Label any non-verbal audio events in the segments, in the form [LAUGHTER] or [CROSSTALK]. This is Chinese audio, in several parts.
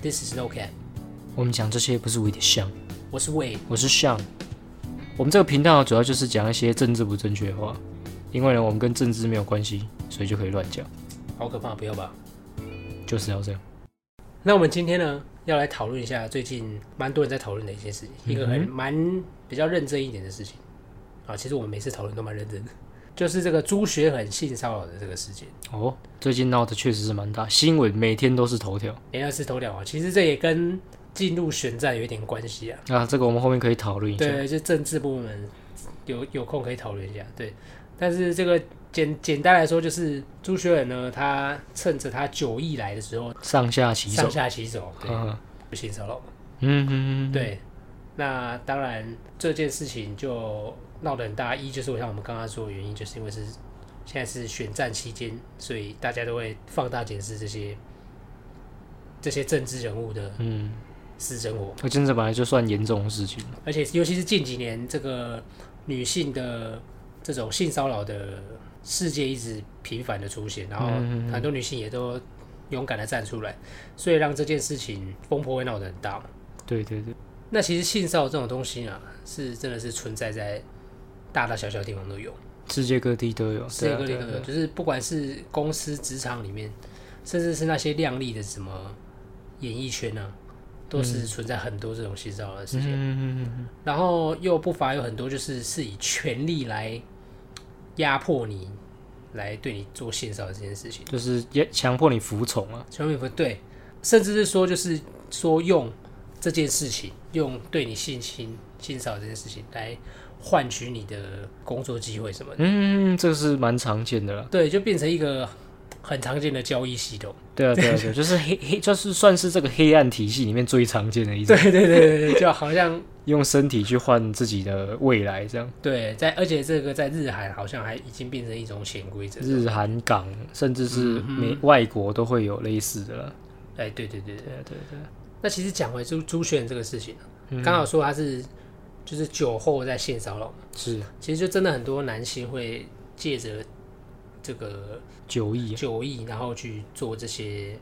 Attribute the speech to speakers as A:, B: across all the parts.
A: This is no cap。
B: 我们讲这些不是 with 像，
A: 我是魏，
B: 我是像。我们这个频道主要就是讲一些政治不正确的话，因为呢，我们跟政治没有关系，所以就可以乱讲，
A: 好可怕，不要吧。
B: 就是要这样。
A: 那我们今天呢，要来讨论一下最近蛮多人在讨论的一些事情，一个很蛮比较认真一点的事情啊。其实我们每次讨论都蛮认真的，就是这个朱学恒性骚扰的这个事件。
B: 哦，最近闹得确实是蛮大，新闻每天都是头条
A: 哎，那是头条啊，其实这也跟进入选战有一点关系啊。
B: 啊。这个我们后面可以讨论一下。
A: 对，就政治部门有有空可以讨论一下。对，但是这个简简单来说，就是朱学恒呢，他趁着他九亿来的时候
B: 上下其手
A: 上。下其手，对，
B: 嗯
A: 不性骚扰嘛。
B: 嗯嗯，嗯，
A: 对，那当然这件事情就闹得很大，一就是我像我们刚刚说的原因，就是因为是现在是选战期间，所以大家都会放大检视这些这些政治人物的
B: 嗯，
A: 私生活。
B: 我真的本来就算严重的事情。
A: 而且尤其是近几年这个女性的这种性骚扰的事件一直频繁的出现，然后
B: 嗯
A: 很多女性也都勇敢的站出来，所以让这件事情风波会闹得很大嘛。
B: 对对对，
A: 那其实性骚扰这种东西啊，是真的是存在在大大小小地方都有，
B: 世界各地都有，
A: 世界各地
B: 对啊
A: 都
B: 对
A: 有，
B: 啊
A: 就是不管是公司、职场里面，甚至是那些亮丽的什么演艺圈啊，都是存在很多这种性骚扰的事
B: 嗯
A: 情。
B: 嗯嗯
A: 然后又不乏有很多就是是以权力来压迫你，来对你做性骚扰这件事情
B: 嗯，。就是也强迫你服从啊。
A: 全面不对，甚至是说就是说用这件事情，用对你性侵、性骚扰这件事情来换取你的工作机会什么的，
B: 嗯，这个是蛮常见的啦。
A: 对，就变成一个很常见的交易系统。
B: 对啊，对啊，对啊，就是黑黑，就是算是这个黑暗体系里面最常见的一种
A: 对，对对对对，就好像
B: 用身体去换自己的未来，这样。
A: 对，在而且这个在日韩好像还已经变成一种潜规则。
B: 日韩港甚至是美外国都会有类似的啦。
A: 哎，对对对对。
B: 对啊对啊对啊，
A: 那其实讲回朱朱璇这个事情啊，刚好说他是就是酒后在性骚扰嘛，
B: 是
A: 其实就真的很多男性会借着这个
B: 九亿啊，
A: 酒意，然后去做这些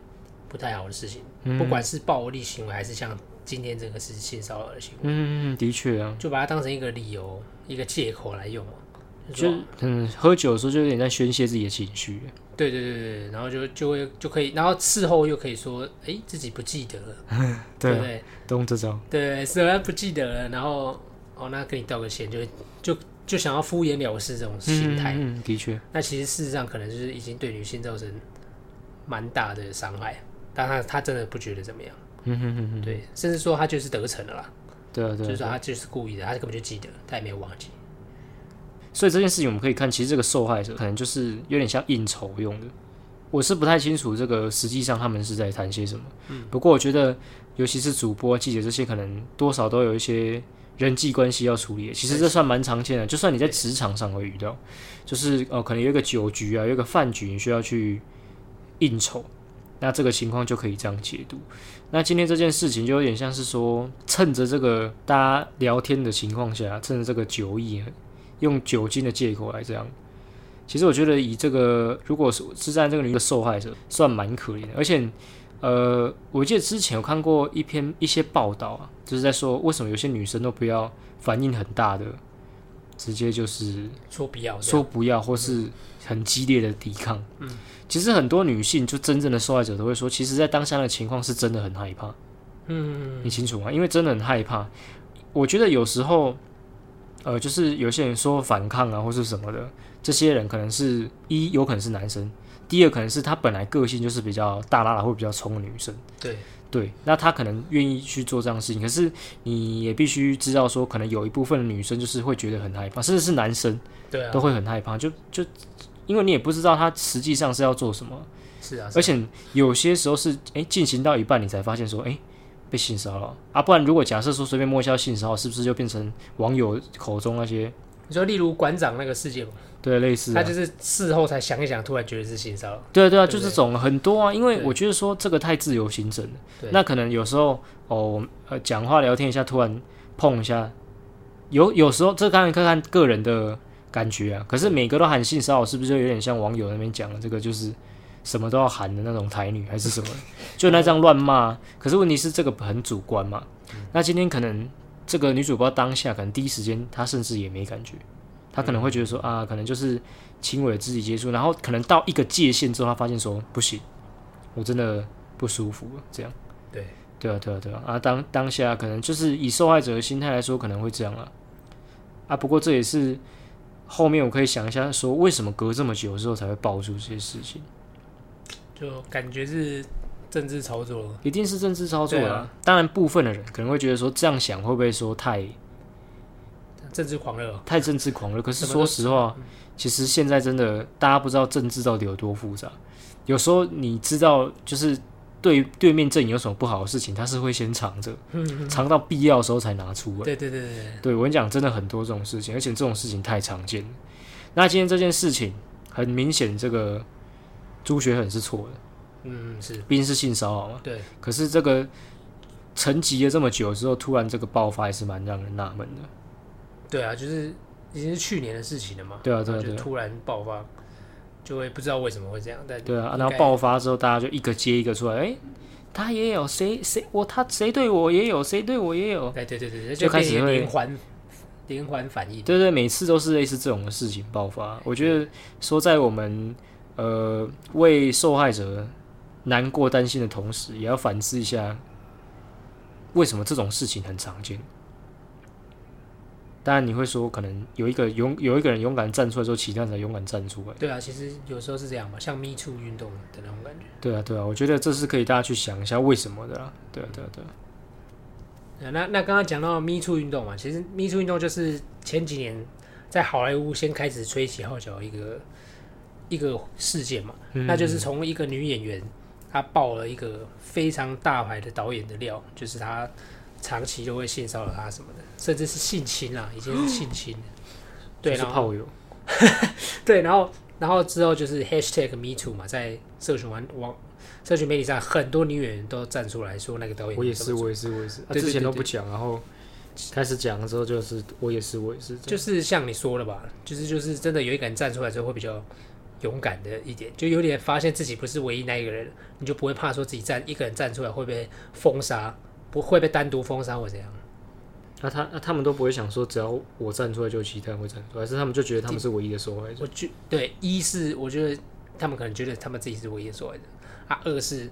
A: 不太好的事情，
B: 嗯
A: 不管是暴力行为还是像今天这个是性骚扰的行为，
B: 嗯，的确啊，
A: 就把它当成一个理由、一个借口来用嘛。就
B: 就
A: 说
B: 嗯，喝酒的时候就有点在宣泄自己的情绪。
A: 对对对对，对然后就就会就可以，然后事后又可以说，哎，自己不记得了，对
B: 对
A: 不
B: 啊，
A: 对？
B: 动这招。
A: 对，虽然不记得了，然后哦，那跟你道个歉，就就就想要敷衍了事这种心态。
B: 嗯，嗯嗯的确，
A: 那其实事实上可能就是已经对女性造成蛮大的伤害，但他他真的不觉得怎么样，
B: 嗯哼哼哼，
A: 对，甚至说他就是得逞了啦，
B: 对啊，对啊，
A: 就是说他就是故意的，他根本就记得，他也没有忘记。
B: 所以这件事情我们可以看，其实这个受害者可能就是有点像应酬用的。我是不太清楚这个实际上他们是在谈些什么。嗯，不过我觉得，尤其是主播、记者这些，可能多少都有一些人际关系要处理的。其实这算蛮常见的，就算你在职场上会遇到，就是哦，可能有一个酒局啊，有一个饭局，你需要去应酬。那这个情况就可以这样解读。那今天这件事情就有点像是说，趁着这个大家聊天的情况下，趁着这个酒意啊用酒精的借口来这样。其实我觉得以这个，如果是是站这个女的受害者，算蛮可怜的。而且，呃，我记得之前有看过一篇一些报道啊，就是在说为什么有些女生都不要反应很大的，直接就是
A: 说不要，
B: 说不要，或是很激烈的抵抗。嗯，其实很多女性就真正的受害者都会说，其实，在当下的情况是真的很害怕。嗯，你清楚吗？因为真的很害怕。我觉得有时候，呃，就是有些人说反抗啊，或是什么的，这些人可能是一有可能是男生，第二可能是他本来个性就是比较大拉拉或比较冲的女生。
A: 对
B: 对，那她可能愿意去做这样的事情，可是你也必须知道说，可能有一部分的女生就是会觉得很害怕，甚至是男生。
A: 对啊
B: 都，会很害怕，就就因为你也不知道他实际上是要做什么，
A: 是啊，是啊
B: 而且有些时候是诶进行到一半，你才发现说诶被性骚扰啊，不然如果假设说随便摸一下性骚扰，是不是就变成网友口中那些
A: 你说例如馆长那个事件嘛，
B: 对类似、
A: 他
B: 啊？
A: 就是事后才想一想，突然觉得是性骚扰，
B: 对啊对啊，
A: 对
B: 就
A: 不对
B: 这种很多啊，因为
A: 对
B: 我觉得说这个太自由行政了
A: 对，
B: 那可能有时候哦，呃，讲话聊天一下，突然碰一下，有有时候这当然看看个人的感觉啊，可是每个都喊性骚扰，是不是就有点像网友那边讲的这个，就是什么都要喊的那种台女还是什么， [LAUGHS] 就那张乱骂。可是问题是这个很主观嘛，那今天可能这个女主播当下可能第一时间她甚至也没感觉，她可能会觉得说啊，可能就是轻微的肢体接触，然后可能到一个界限之后，她发现说不行，我真的不舒服了，这样。
A: 对，
B: 对啊，对啊，对啊，啊，当当下可能就是以受害者的心态来说，可能会这样啊，啊，不过这也是后面我可以想一下，说为什么隔这么久之后才会爆出这些事情，
A: 就感觉是政治操作了。
B: 一定是政治操作
A: 对
B: 啦、
A: 啊
B: 当然，部分的人可能会觉得说这样想会不会说太
A: 政治狂热，
B: 太政治狂了？可
A: 什
B: 是
A: 么都
B: 说实话，其实现在真的大家不知道政治到底有多复杂，有时候你知道就是。对对面阵营有什么不好的事情，他是会先藏着，
A: 嗯
B: 藏到必要的时候才拿出来。
A: 对对对对对，
B: 对我跟你讲，真的很多这种事情，而且这种事情太常见了。那今天这件事情很明显，这个朱学恒是错的，
A: 嗯是，
B: 毕竟是性骚扰嘛。
A: 对，
B: 可是这个沉寂了这么久之后，突然这个爆发，也是蛮让人纳闷的。
A: 对啊，就是已经是去年的事情了嘛，
B: 对啊，
A: 然
B: 对
A: 后
B: 啊，
A: 就
B: 对啊，
A: 突然爆发，就会不知道为什么会这样，但
B: 对啊。
A: 应该
B: 然后爆发之后，大家就一个接一个出来，哎、他也有谁谁我他谁对我也有谁对我也有，
A: 哎对对对对，
B: 就开始
A: 变成
B: 会
A: 连环连环反应，
B: 对对，每次都是类似这种事情爆发。我觉得说在我们呃为受害者难过担心的同时，也要反思一下，为什么这种事情很常见。当然你会说，可能有一个勇有一个人勇敢站出来之后，其他人才勇敢站出来。
A: 对啊，其实有时候是这样嘛，像 Me Too 运动的那种感觉。
B: 对啊，对啊，我觉得这是可以大家去想一下为什么的啦。对啊，对啊，对啊，
A: 呃那那刚刚讲到 Me Too 运动嘛，其实 Me Too 运动就是前几年在好莱坞先开始吹起号角一个一个事件嘛，那就是从一个女演员她爆了一个非常大牌的导演的料，就是她长期都会性骚扰她什么的，甚至是性侵啊啦，已经是性侵了对，
B: 就是
A: 然后
B: 炮友，
A: 对，然后然后之后就是 Hashtag Me Too 嘛，在社群网网社群媒体上，很多女演员都站出来说那个导演
B: 我也
A: 怎么
B: 是，
A: 做
B: 我也是，我也是。他、
A: 对对
B: 之前
A: 对
B: 都
A: 对
B: 不讲，然后开始讲了之后，就是我也是，我也是这样。
A: 就是像你说的吧，就是就是真的有一个人站出来之后会比较勇敢的一点，就有点发现自己不是唯一那一个人，你就不会怕说自己站一个人站出来会被封杀，不会被单独封杀或怎样。
B: 那、他那、他们都不会想说，只要我站出来，就有其他人会站出来，还是他们就觉得他们是唯一的受害者？
A: 我觉对，一是我觉得他们可能觉得他们自己是唯一的受害者啊，二是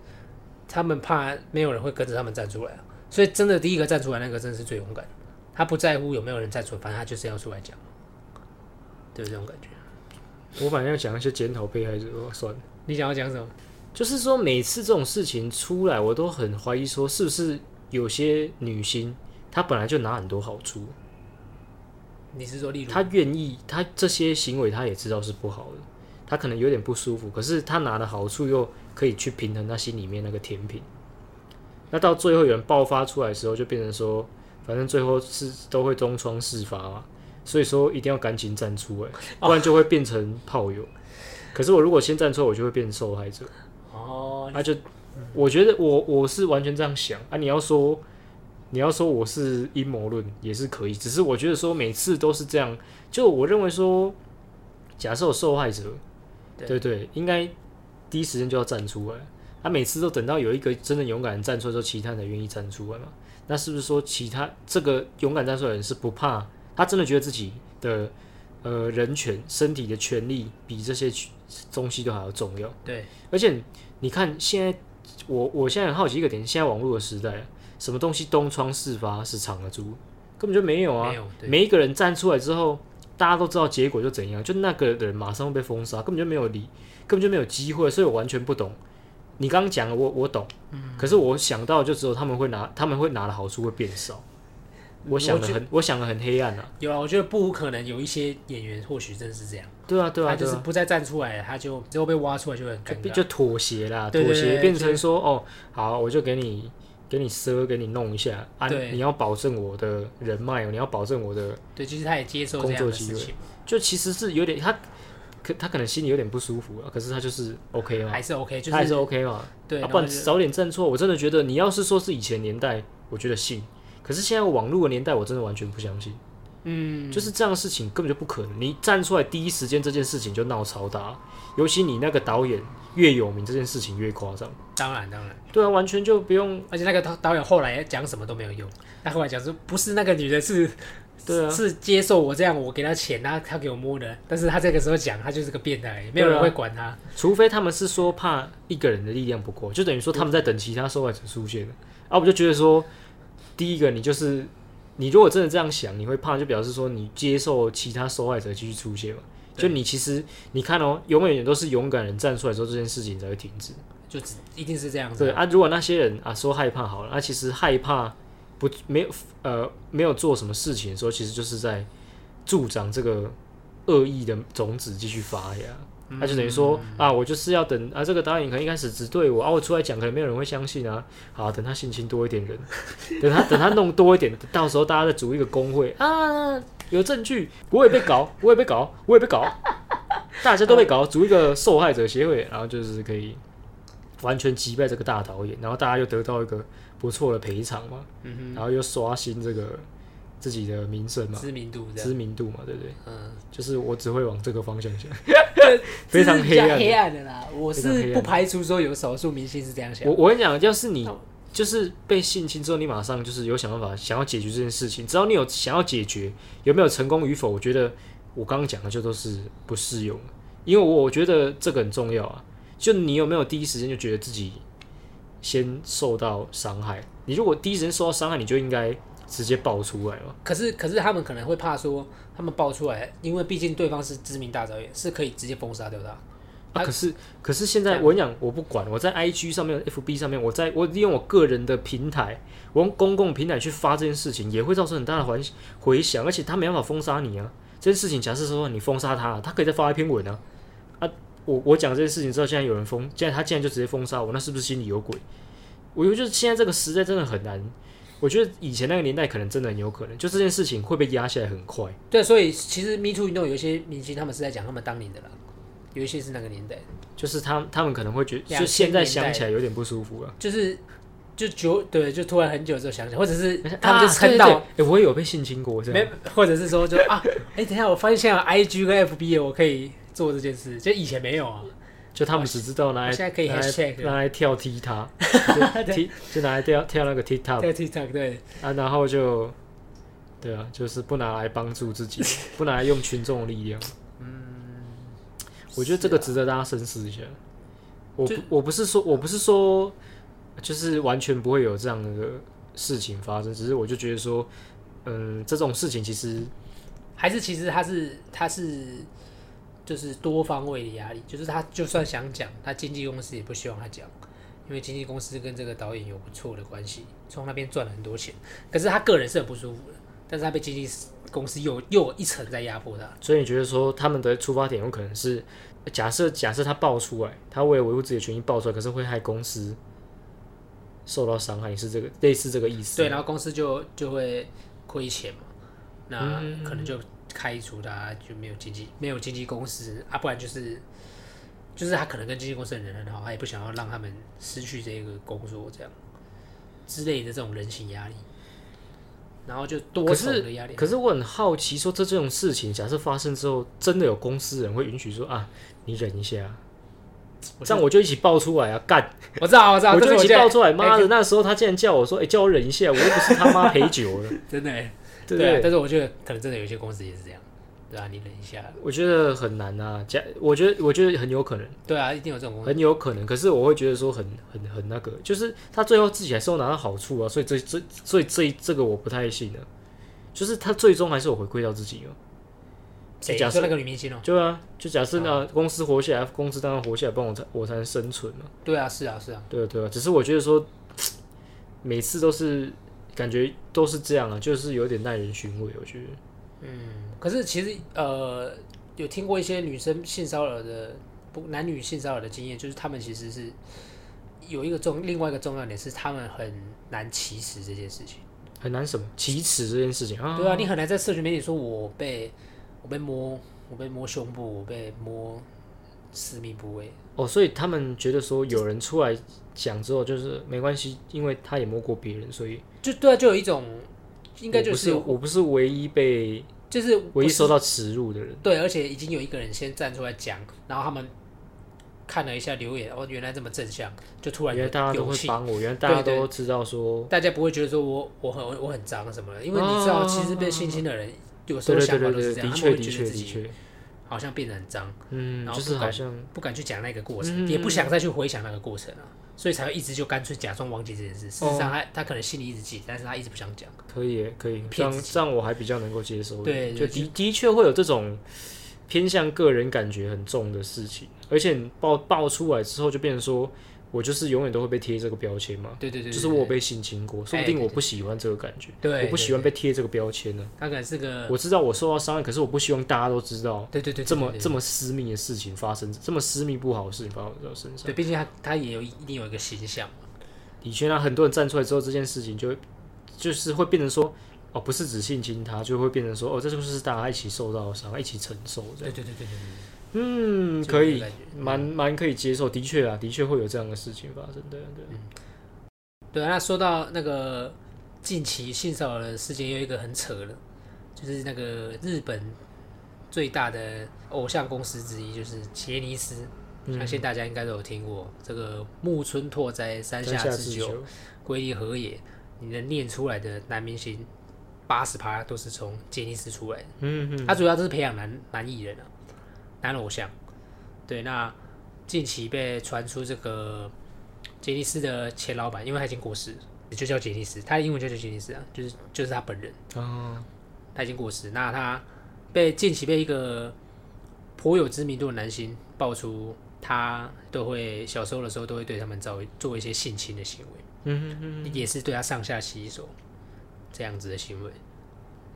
A: 他们怕没有人会跟着他们站出来啊，所以真的第一个站出来那个真的是最勇敢，他不在乎有没有人站出来，反正他就是要出来讲，对这种感觉。
B: 我反正要讲一些检讨被害者吧，算了。
A: 你想要讲什么？
B: 就是说，每次这种事情出来，我都很怀疑，说是不是有些女星她本来就拿很多好处，
A: 你是说例如
B: 她愿意，她这些行为她也知道是不好的，她可能有点不舒服，可是她拿的好处又可以去平衡她心里面那个甜品。那到最后有人爆发出来的时候，就变成说，反正最后是都会东窗事发嘛，所以说一定要赶紧站出来，不然就会变成
A: [LAUGHS]
B: 炮友。可是我如果先站出来，我就会变成受害者。
A: 哦，
B: 啊就，我觉得我我是完全这样想啊。你要说你要说我是阴谋论也是可以，只是我觉得说每次都是这样，就我认为说，假设有受害者，
A: 对
B: 对对，应该第一时间就要站出来。他、每次都等到有一个真的勇敢站出来之后，其他人才愿意站出来嘛？那是不是说其他这个勇敢站出来的人是不怕？他真的觉得自己的呃人权、身体的权利比这些东西都还要重要？
A: 对，
B: 而且你看，现在我我现在很好奇一个点，现在网络的时代，什么东西东窗事发是藏得住，根本就没有啊
A: 没。有对，
B: 每一个人站出来之后，大家都知道结果就怎样，就那个人马上会被封杀，根本就没有理，根本就没有机会，所以我完全不懂。你刚刚讲的我我懂，可是我想到就只有他们会拿他们会拿的好处会变少。我想
A: 我
B: 的
A: 觉
B: 很，我想的很黑暗啊。
A: 有啊，我觉得不无可能有一些演员或许真的是这样，
B: 对啊，对啊，
A: 他就
B: 对啊
A: 是不再站出来，他就之后被挖出来就会很
B: 就
A: 尴
B: 变
A: 尬。
B: 就妥协啦，
A: 啊对
B: 妥
A: 对
B: 协
A: 对
B: 变
A: 就
B: 成说哦，好，我就给你给你赊，给你弄一下啊，
A: 对
B: 你要保证我的人脉，哦你要保证我的，
A: 对，就是他也接受这样的事情，
B: 就其实是有点他可他可能心里有点不舒服啊，可是他就是 OK 嘛，
A: 还是 OK，就哎
B: 他还是
A: 是
B: OK 嘛，
A: 对，
B: 啊，
A: 然
B: 不
A: 后
B: 然
A: 就
B: 早点站错，我真的觉得你要是说是以前年代，我觉得信，可是现在网络的年代，我真的完全不相信。
A: 嗯，
B: 就是这样的事情根本就不可能。你站出来第一时间，这件事情就闹超大，尤其你那个导演越有名，这件事情越夸张。
A: 当然当然，
B: 对啊，完全就不用
A: 而且那个导导演后来讲什么都没有用，他后来讲说不是那个女的是
B: 对啊，
A: 是接受我这样，我给她钱，她她给我摸的，但是她这个时候讲，她就是个变态，没有
B: 对
A: 人
B: 啊
A: 会管她。
B: 除非他们是说怕一个人的力量不够，就等于说他们在等其他受害者出现了。啊，我就觉得说，第一个你就是你如果真的这样想，你会怕，就表示说你接受其他受害者继续出现嘛。就
A: 对
B: 你其实你看哦，永远都是勇敢人站出来之后，这件事情才会停止。
A: 就只一定是这样子
B: 对
A: 啊。
B: 啊，如果那些人啊说害怕好了，那、其实害怕不没有呃没有做什么事情的时候，其实就是在助长这个恶意的种子继续发芽。
A: 嗯
B: 那、就等于说啊，我就是要等啊，这个导演可能一开始只对我啊，我出来讲可能没有人会相信啊。好，等他性侵多
A: [LAUGHS]
B: 一点人，等他等他弄多一点，到时候大家再组一个工会啊，有证据，我也被搞，我也被搞，我也被搞，大家都被搞，组一个受害者协会，然后就是可以完全击败这个大导演，然后大家又得到一个不错的赔偿嘛，
A: 嗯
B: 然后又刷新这个自己的名声
A: 哼，
B: 嘛，
A: 知名度这样。
B: 知名度嘛，对不对？
A: 嗯，
B: 就是我只会往这个方向
A: [LAUGHS]
B: 想，非常
A: 这
B: 黑
A: 是比较
B: 暗
A: 黑
B: 的。
A: 暗的啦。我
B: 非常黑
A: 是
B: 暗
A: 不排除说有少数明星是这样想
B: 我。我跟你讲，要是你
A: 那我
B: 就是被性侵之后，你马上就是有想办法想要解决这件事情，只要你有想要解决，有没有成功与否，我觉得我刚刚讲的就都是不适用，因为我我觉得这个很重要啊，就你有没有第一时间就觉得自己先受到伤害，你如果第一时间受到伤害，你就应该直接爆出来嘛，
A: 可是可是他们可能会怕说，他们爆出来，因为毕竟对方是知名大导演，是可以直接封杀掉的啊。
B: 啊，
A: 啊
B: 可是可是现在我跟你讲，我不管，我在 IG 上面、FB 上面，我在我利用我个人的平台，我用公共平台去发这件事情，也会造成很大的环回响，而且他没办法封杀你啊。这件事情，假设说你封杀他，他可以再发一篇文啊。啊，我我讲这件事情之后，现在有人封，现在他竟然就直接封杀我，那是不是心里有鬼？我觉得就是现在这个时代真的很难。我觉得以前那个年代可能真的很有可能，就这件事情会被压下来很快。
A: 对，所以其实 Me Too 运动有一些明星他们是在讲他们当年的啦，有一些是那个年代的，
B: 就是他他们可能会觉得，
A: 2000
B: 就现在
A: 年代
B: 想起来有点不舒服了、啊
A: 就是就久对，就突然很久之后想起来，或者是
B: 啊。
A: 他们就撑
B: 对
A: 到
B: 对对诶我也有被性侵过，这
A: 没
B: 样，
A: 或者是说就啊，哎、等一下，我发现现在有 I G 跟 F B，我可以做这件事，就以前没有啊。
B: 就他们只知道拿来
A: 我现在可以
B: 拿来
A: hashtag
B: 拿来跳踢
A: [LAUGHS]
B: 踏，就踢就拿来跳跳那个 TikTok
A: 在 TikTok 对，
B: 啊，然后就对啊，就是不拿来帮助
A: [LAUGHS]
B: 自己，不拿来用群众的力量。我觉得这个值得大家深思一下。我不
A: 啊就
B: 我不是说我不是说就是完全不会有这样的事情发生，只是我就觉得说，嗯，这种事情其实
A: 还是其实他是他是就是多方位的压力，就是他就算想讲，他经纪公司也不希望他讲，因为经纪公司跟这个导演有不错的关系，从那边赚了很多钱。可是他个人是很不舒服的，但是他被经纪公司又又有一层在压迫他。
B: 所以你觉得说他们的出发点有可能是假设假设他爆出来，他为了维护自己的权益爆出来，可是会害公司受到伤害，是这个类似这个意思？
A: 对，然后公司就就会亏钱嘛，那
B: 嗯
A: 可能就开除他，就没有经纪没有经纪公司啊，不然就是就是他可能跟经纪公司的人很好，他也不想要让他们失去这个工作这样之类的这种人情压力，然后就多
B: 可
A: 重
B: 是
A: 的压力。
B: 可是我很好奇，说这这种事情假设发生之后，真的有公司人会允许说啊，你忍一下，
A: 我
B: 这样我就一起爆出来啊，干，
A: 我知道我知道，
B: 我就
A: 这
B: 一
A: 是
B: 起
A: 现在
B: 爆出来，妈
A: 哎
B: 的，那时候他竟然叫我说，哎、叫我忍一下，我又不是他妈
A: [LAUGHS]
B: 陪酒了，
A: [LAUGHS] 真的欸
B: 对不
A: 啊
B: 对？
A: 但是我觉得可能真的有一些公司也是这样，对啊，你忍一下，
B: 我觉得很难啊，假，我觉得我觉得很有可能。
A: 对啊，一定有这种公司。
B: 很有可能，可是我会觉得说很很很那个，就是他最后自己还是有拿到好处啊，所以这这所以这这个我不太信的，就是他最终还是有回馈到自己哦。
A: 谁
B: 假
A: 说
B: 设
A: 那个女明星哦？
B: 对啊，就假设呢、公司活下来，公司当然活下来，帮我才我才能生存嘛。
A: 对啊，是啊，是啊，
B: 对啊对啊，只是我觉得说每次都是感觉都是这样啊，就是有点耐人寻味，我觉得。
A: 可是其实呃，有听过一些女生性骚扰的不男女性骚扰的经验，就是他们其实是有一个重另外一个重要点是他们很难启齿这件事情。
B: 很难什么启齿这件事情啊，
A: 对啊，你很难在社群媒体说我被我被摸，我被摸胸部，我被摸私密部位。
B: 哦，所以他们觉得说有人出来讲之后，就是没关系，因为他也摸过别人，所以
A: 就对啊，就有一种应该就
B: 我不是我不是唯一被
A: 就是
B: 唯
A: 不
B: 一
A: 是
B: 受到耻辱的人。
A: 对，而且已经有一个人先站出来讲，然后他们看了一下留言，哦，原来这么正向，就突然
B: 原来大家都
A: 有
B: 会
A: 气，
B: 帮我，原来大家
A: 对对
B: 都知道说，
A: 大家不会觉得说我我很我很脏什么的，因为你知道，
B: 哦
A: 其实被性侵的人有时
B: 对
A: 候
B: 对
A: 想法
B: 对
A: 都
B: 对
A: 是这
B: 对，
A: 样，他
B: 的确
A: 们会
B: 的
A: 觉
B: 确
A: 得
B: 的
A: 自己
B: 确，
A: 好像变得很脏，
B: 嗯，
A: 然后
B: 就
A: 不
B: 是好
A: 敢
B: 像
A: 不敢去讲那个过程，
B: 嗯
A: 也不想再去回想那个过程啊，所以才会一直就干脆假装忘记这件事。事实上他，他可能心里一直记，但是他一直不想讲。
B: 可以耶可以，这
A: 骗
B: 样这样我还比较能够接受一点。
A: 对
B: 就
A: 对
B: 的的确会有这种偏向个人感觉很重的事情，而且你爆爆出来之后，就变成说我就是永远都会被贴这个标签嘛，
A: 对对对，
B: 就是我有被性侵过，说不
A: 哎
B: 定
A: 对
B: 我
A: 对
B: 不喜欢这个感觉，
A: 对，嗯
B: 我不喜欢被贴这个标签呢。
A: 对，他可能是个
B: 我知道我受到伤害，可是我不希望大家都知道
A: 对对对对
B: 这么
A: 对对
B: 这么私密的事情发生，这么私密不好的事情发生在我身上。
A: 对，毕竟他他也有一定有一个形象嘛。
B: 的确，那很多人站出来之后，这件事情就会就是会变成说，哦，不是只性侵他，就会变成说，哦，这就是大家一起受到的伤，一起承受
A: 对
B: 这样。
A: 对对对对对，
B: 嗯，
A: 就
B: 可
A: 有
B: 以
A: 这个，感觉嗯
B: 蛮蛮可以接受。的确啊，的确会有这样的事情发生。对啊对啊，
A: 对啊，那说到那个近期性骚扰的事件，有一个很扯的，就是那个日本最大的偶像公司之一，就是杰尼斯，相信大家应该都有听过。这个木村拓哉、山下智久、
B: 久，
A: 龟梨和也，你能念出来的男明星，八十趴都是从杰尼斯出来的。
B: 嗯嗯，
A: 他主要就是培养男男艺人啊，男偶像。对，那近期被传出这个杰尼斯的前老板，因为他已经过世了，就叫杰尼斯，他的英文就叫杰尼斯啊，就是就是他本人，
B: 哦，
A: 他已经过世。那他被近期被一个颇有知名度的男星爆出，他都会小时候的时候都会对他们造做一些性侵的行为。
B: 嗯嗯嗯，
A: 也是对他上下其手这样子的行为。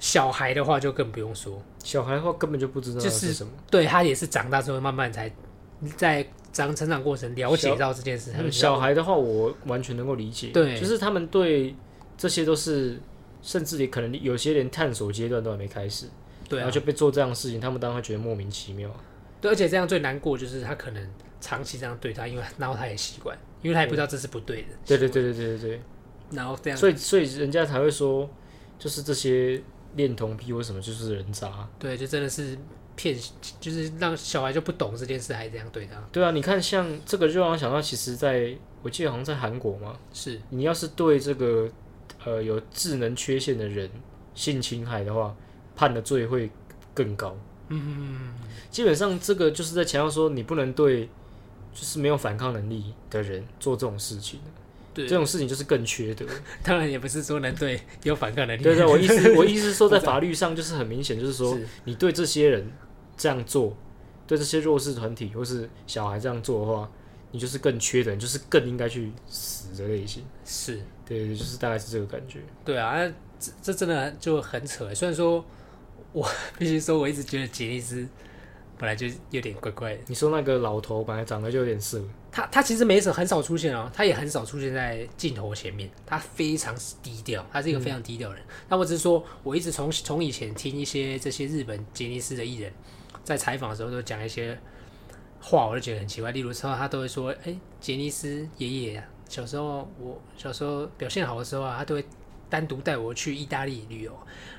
A: 小孩的话就更不用说，
B: 小孩的话根本就不知道
A: 就是
B: 什么，
A: 对他也是长大之后慢慢才在长成长过程了解到这件事，他
B: 嗯
A: 们
B: 小孩的话，我完全能够理解。
A: 对
B: 就是他们对这些都是，甚至你可能有些连探索阶段都还没开始，
A: 对
B: 然
A: 啊
B: 后，就被做这样的事情，他们当然会觉得莫名其妙。
A: 对，而且这样最难过就是他可能长期这样对他，因为然后他也习惯，因为他也
B: 嗯
A: 不知道这是不对的，
B: 对对对对对对
A: 然后这
B: 对，
A: 样
B: 所以所以人家才会说，就是这些恋童癖或什么就是人渣。
A: 对，就真的是骗，就是让小孩就不懂这件事，还这样对他，
B: 对啊，你看像这个就让我想到，其实在我记得好像在韩国嘛，
A: 是
B: 你要是对这个呃有智能缺陷的人性侵害的话，判的罪会更高。嗯，基本上这个就是在强调说，你不能对就是没有反抗能力的人做这种事情，
A: 对
B: 这，种事情就是更缺德。
A: 当然也不是说能对有反抗能力，
B: 对对，我意 [LAUGHS] 思我意思是说，在法律上就是很明显，就是说
A: 是
B: 你对这些人这样做，对这些弱势团体或是小孩这样做的话，你就是更缺德，你就是更应该去死的类型。
A: [LAUGHS] 是。
B: 对，对就是大概是这个感觉。
A: 对啊，那这这真的就很扯。欸虽然说我 [LAUGHS] 必须说，我一直觉得杰尼斯本来就有点怪怪的。
B: 你说那个老头本来长得就有点色，
A: 他他其实没什很少出现哦，他也很少出现在镜头前面，他非常低调，他是一个非常低调的人。那我只是说，我一直从从以前听一些这些日本杰尼斯的艺人，在采访的时候都讲一些话，我就觉得很奇怪。例如说，他都会说：“哎、杰尼斯爷爷、啊，小时候我小时候表现好的时候啊，他都会单独带我去意大利旅游，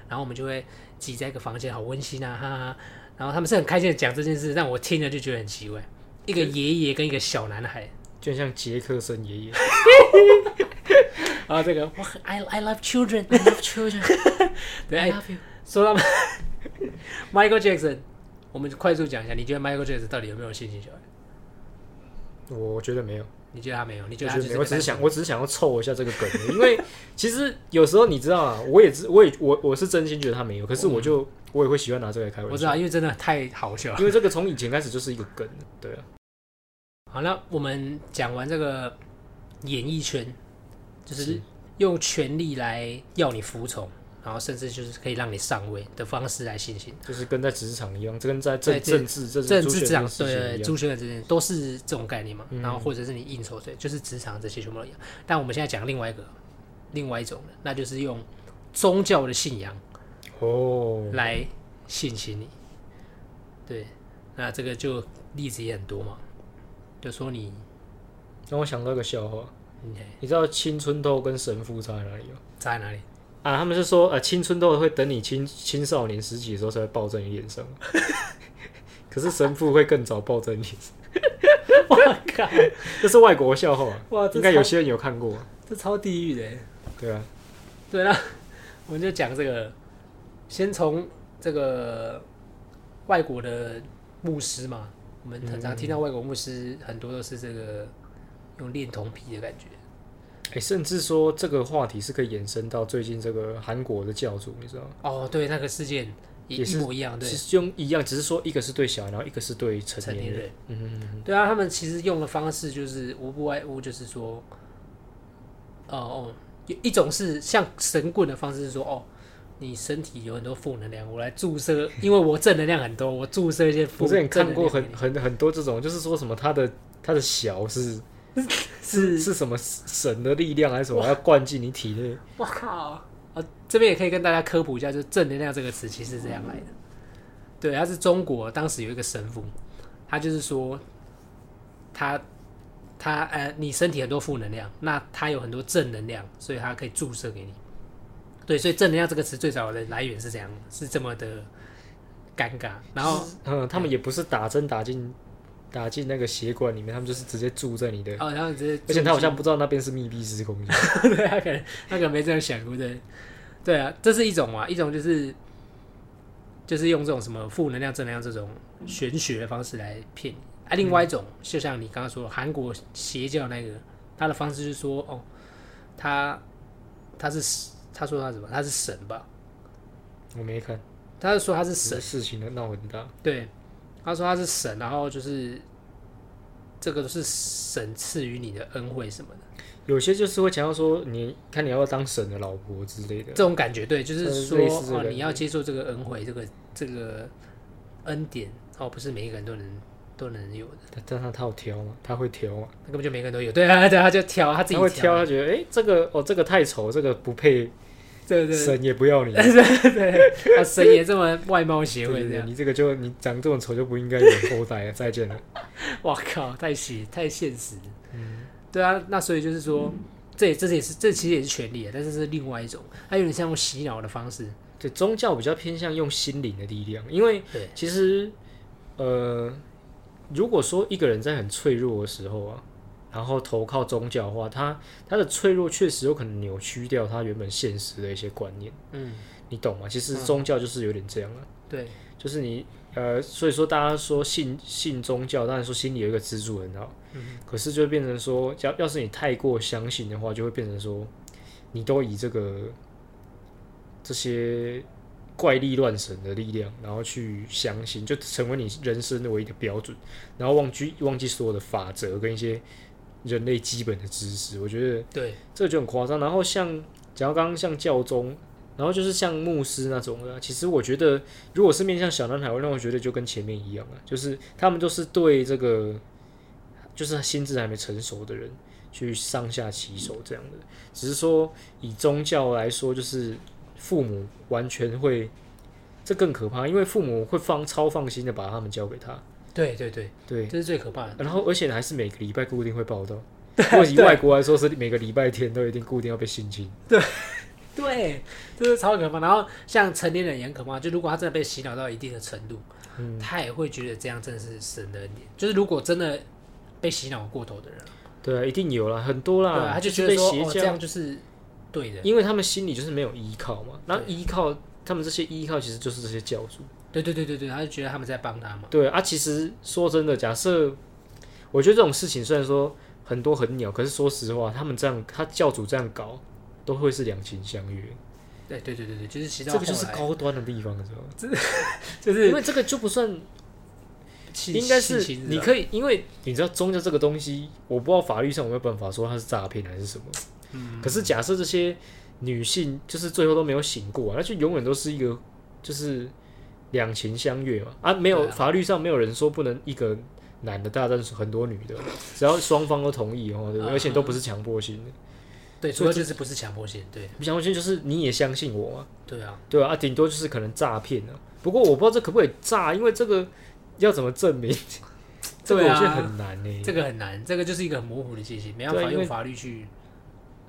A: 然后我们就会挤在一个房间，好温馨啊，哈哈。”然后他们是很开心的讲这件事，让我听了就觉得很奇怪。一个爷爷跟一个小男孩
B: 就很像杰克森爷 [LAUGHS] 爷。
A: 啊，这个我很 I I love children, I love children，对， [LAUGHS] 哎
B: you。
A: 说到 Michael Jackson，我们快速讲一下，你觉得 Michael Jackson 到底有没有性侵小孩？
B: 我觉得没有，
A: 你觉得他没有？你觉
B: 我
A: 得
B: 觉
A: 他啊
B: 得
A: 就是
B: 没有，我
A: 个
B: 只是
A: 单
B: 想，我只是想要凑一下这个梗，因为 [LAUGHS] 其实有时候你知道啊，我也知，我也我我是真心觉得他没有，可是我就、我也会喜欢拿这个来开玩
A: 纯？嗯我
B: 笑。
A: 知道，因为真的太好笑了。
B: 因为这个从以前开始就是一个梗，对啊，
A: 好，那我们讲完这个演艺圈，就是
B: 是
A: 用权力来要你服从，然后甚至就是可以让你上位的方式来性侵。
B: 就是跟在职场一样，这跟在政
A: 对对
B: 政治政
A: 政治
B: 治这
A: 场
B: 样
A: 对
B: 事情一样，嗯
A: 朱学的这些都是这种概念嘛，然后或者是你应酬对，就是职场这些全部都一样。但我们现在讲另外一个，另外一种的，那就是用宗教的信仰
B: 哦，
A: 来性侵你。对，那这个就例子也很多嘛，就说你，
B: 让我想到一个笑话，
A: 你
B: 你知道青春痘跟神父差在哪里吗？ [LAUGHS]
A: 在哪里？
B: 啊，他们是说呃，青春痘会等你青青少年时期的时候才会爆在你脸上， [LAUGHS] 可是神父会更早爆在你脸上，
A: 我靠，
B: 这是外国笑话，
A: 哇，这
B: 应该有
A: 超
B: 些人有看过，
A: 这超地狱的欸。
B: 对啊，
A: 对啦，我们就讲这个，先从这个外国的牧师嘛，我们很常听
B: 嗯
A: 到外国牧师很多都是这个用恋童癖的感觉。
B: 哎、甚至说这个话题是可以延伸到最近这个韩国的教主，你知道吗？
A: 哦，对，那个事件也
B: 也
A: 一
B: 是
A: 模一样，啊对
B: 其，实用一样，只是说一个是对小孩，然后一个是对成
A: 成
B: 年
A: 年
B: 人。
A: 人。
B: 嗯嗯嗯，
A: 对啊，他们其实用的方式就是无不外乎就是说，哦哦，有一种是像神棍的方式是说，哦，你身体有很多负能量，我来注射，因为我正能量很多，我注射一些负
B: 我之前
A: 正
B: 看
A: 能
B: 过
A: 量给
B: 很
A: 你。
B: 很很多这种，就是说什么他的他的小是
A: 是
B: 是什么神的力量还是什么，要灌进你体内。
A: 我靠！啊，这边也可以跟大家科普一下，就是“正能量”这个词其实是这样来的。对，他是中国当时有一个神父，他就是说，他他呃，你身体很多负能量，那他有很多正能量，所以他可以注射给你。对，所以“正能量”这个词最早的来源是这样，是这么的尴尬。然后
B: 嗯，他们也不是打针打进打进那个血管里面，他们就是直接注在你的，
A: 哦，然后直接，
B: 而且他好像不知道那边是密闭式空间。
A: [LAUGHS] 对他可能他可能没这样想过，对，对啊，这是一种嘛，一种就是就是用这种什么负能量、正能量这种玄学的方式来骗你啊。另外一种，就像你刚刚说的韩国邪教那个，他的方式是说，哦，他他是他说他什么？他是神吧？
B: 我没看，
A: 他是说他是
B: 这
A: 神，
B: 事情的闹很大。
A: 对，他说他是神，然后就是这个是神赐予你的恩惠什么的，
B: 有些就是会强调说，你看你要不要当神的老婆之类的。
A: 这种感觉，对，就是说
B: 呃类似这
A: 哦，
B: 个感觉
A: 你要接受这个恩惠，这个这个恩典哦，不是每一个人都能都能有的，
B: 但但他他有挑嘛，他会挑嘛，
A: 那根本就每个人都有。对啊，对啊， [LAUGHS] 他就挑他自己
B: 他会挑，
A: 挑，
B: 他觉得哎、诶这个哦，这个太丑，这个不配，
A: 对对
B: 神也不要
A: [LAUGHS]
B: 你。[LAUGHS]
A: 对，啊，神爷这么外貌协
B: 对
A: 会
B: 对
A: 这
B: 对，
A: 样，
B: 你这个就你长这么丑就不应该有人后代了，再见了。
A: 哇靠，太邪太现实。
B: 嗯
A: 对啊，那所以就是说，这也这也是这其实也是权利啊，但是是另外一种，它有点像用洗脑的方式。
B: 对，宗教比较偏向用心灵的力量，因为
A: 对
B: 其实呃，如果说一个人在很脆弱的时候啊，然后投靠宗教的话，他他的脆弱确实有可能扭曲掉他原本现实的一些观念，
A: 嗯，
B: 你懂吗？其实宗教就是有点这样啊，
A: 对，
B: 就是你呃，所以说大家说信信宗教，当然说心里有一个支柱很好，可是就变成说，要要是你太过相信的话，就会变成说，你都以这个这些怪力乱神的力量，然后去相信，就成为你人生的唯一的标准，然后忘记忘记所有的法则跟一些人类基本的知识，我觉得
A: 对，
B: 这个就很夸张。然后像讲到刚刚像教宗，然后就是像牧师那种的啊，其实我觉得如果是面向小男孩，会让我觉得就跟前面一样啊，就是他们都是对这个就是心智还没成熟的人去上下其手这样的。只是说以宗教来说，就是父母完全会。这更可怕，因为父母会放超放心的把他们交给他，
A: 对对对，
B: 对，
A: 这是最可怕的。
B: 然后而且还是每个礼拜固定会报道。如果以外国来说，是每个礼拜天都一定固定要被性侵。
A: [LAUGHS] 对，这是超可怕。然后像成年人也很可怕，就如果他真的被洗脑到一定的程度，
B: 嗯
A: 他也会觉得这样真的是神的恩典。就是如果真的被洗脑过头的人，
B: 对啊，一定有啦，很多
A: 对啊，
B: 啦，
A: 他就是觉得
B: 被
A: 说
B: 邪
A: 哦，这
B: 教
A: 样，就是对的。
B: 因为他们心里就是没有依靠嘛。那
A: 对
B: 依靠，他们这些依靠其实就是这些教主。
A: 对对对对对，他就觉得他们在帮他嘛。
B: 对啊，其实说真的，假设我觉得这种事情虽然说很多很鸟，可是说实话，他们这样，他教主这样搞，都会是两情相悦。
A: 对对对对对，就是洗到
B: 这个就是
A: 后来
B: 高端的地方，你知道吗？
A: 就是
B: 因为这个就不算
A: 气
B: 应该
A: 气
B: 是
A: 情
B: 你
A: 吧
B: 可以，因为你知道宗教这个东西，我不知道法律上有没有办法说它是诈骗还是什么。可是假设这些女性就是最后都没有醒过、啊，那就永远都是一个就是两情相悦嘛。啊，没有、
A: 对啊
B: 法律上没有人说不能一个男的大战很多女的，只要双方都同意哦，对不对？
A: 嗯
B: 而且都不是强迫性的，
A: 对，主
B: 所以
A: 要就是不是强迫性，对
B: 强迫性就是你也相信我嘛，
A: 对啊，
B: 对啊，啊顶多就是可能诈骗啊。不过我不知道这可不可以诈，因为这个要怎么证明？ [LAUGHS] 这个
A: 对
B: 我
A: 啊
B: 觉得很难呢、欸
A: 这个很难，这个就是一个很模糊的界限，没办
B: 嗯对啊
A: 法
B: 因为
A: 用法律去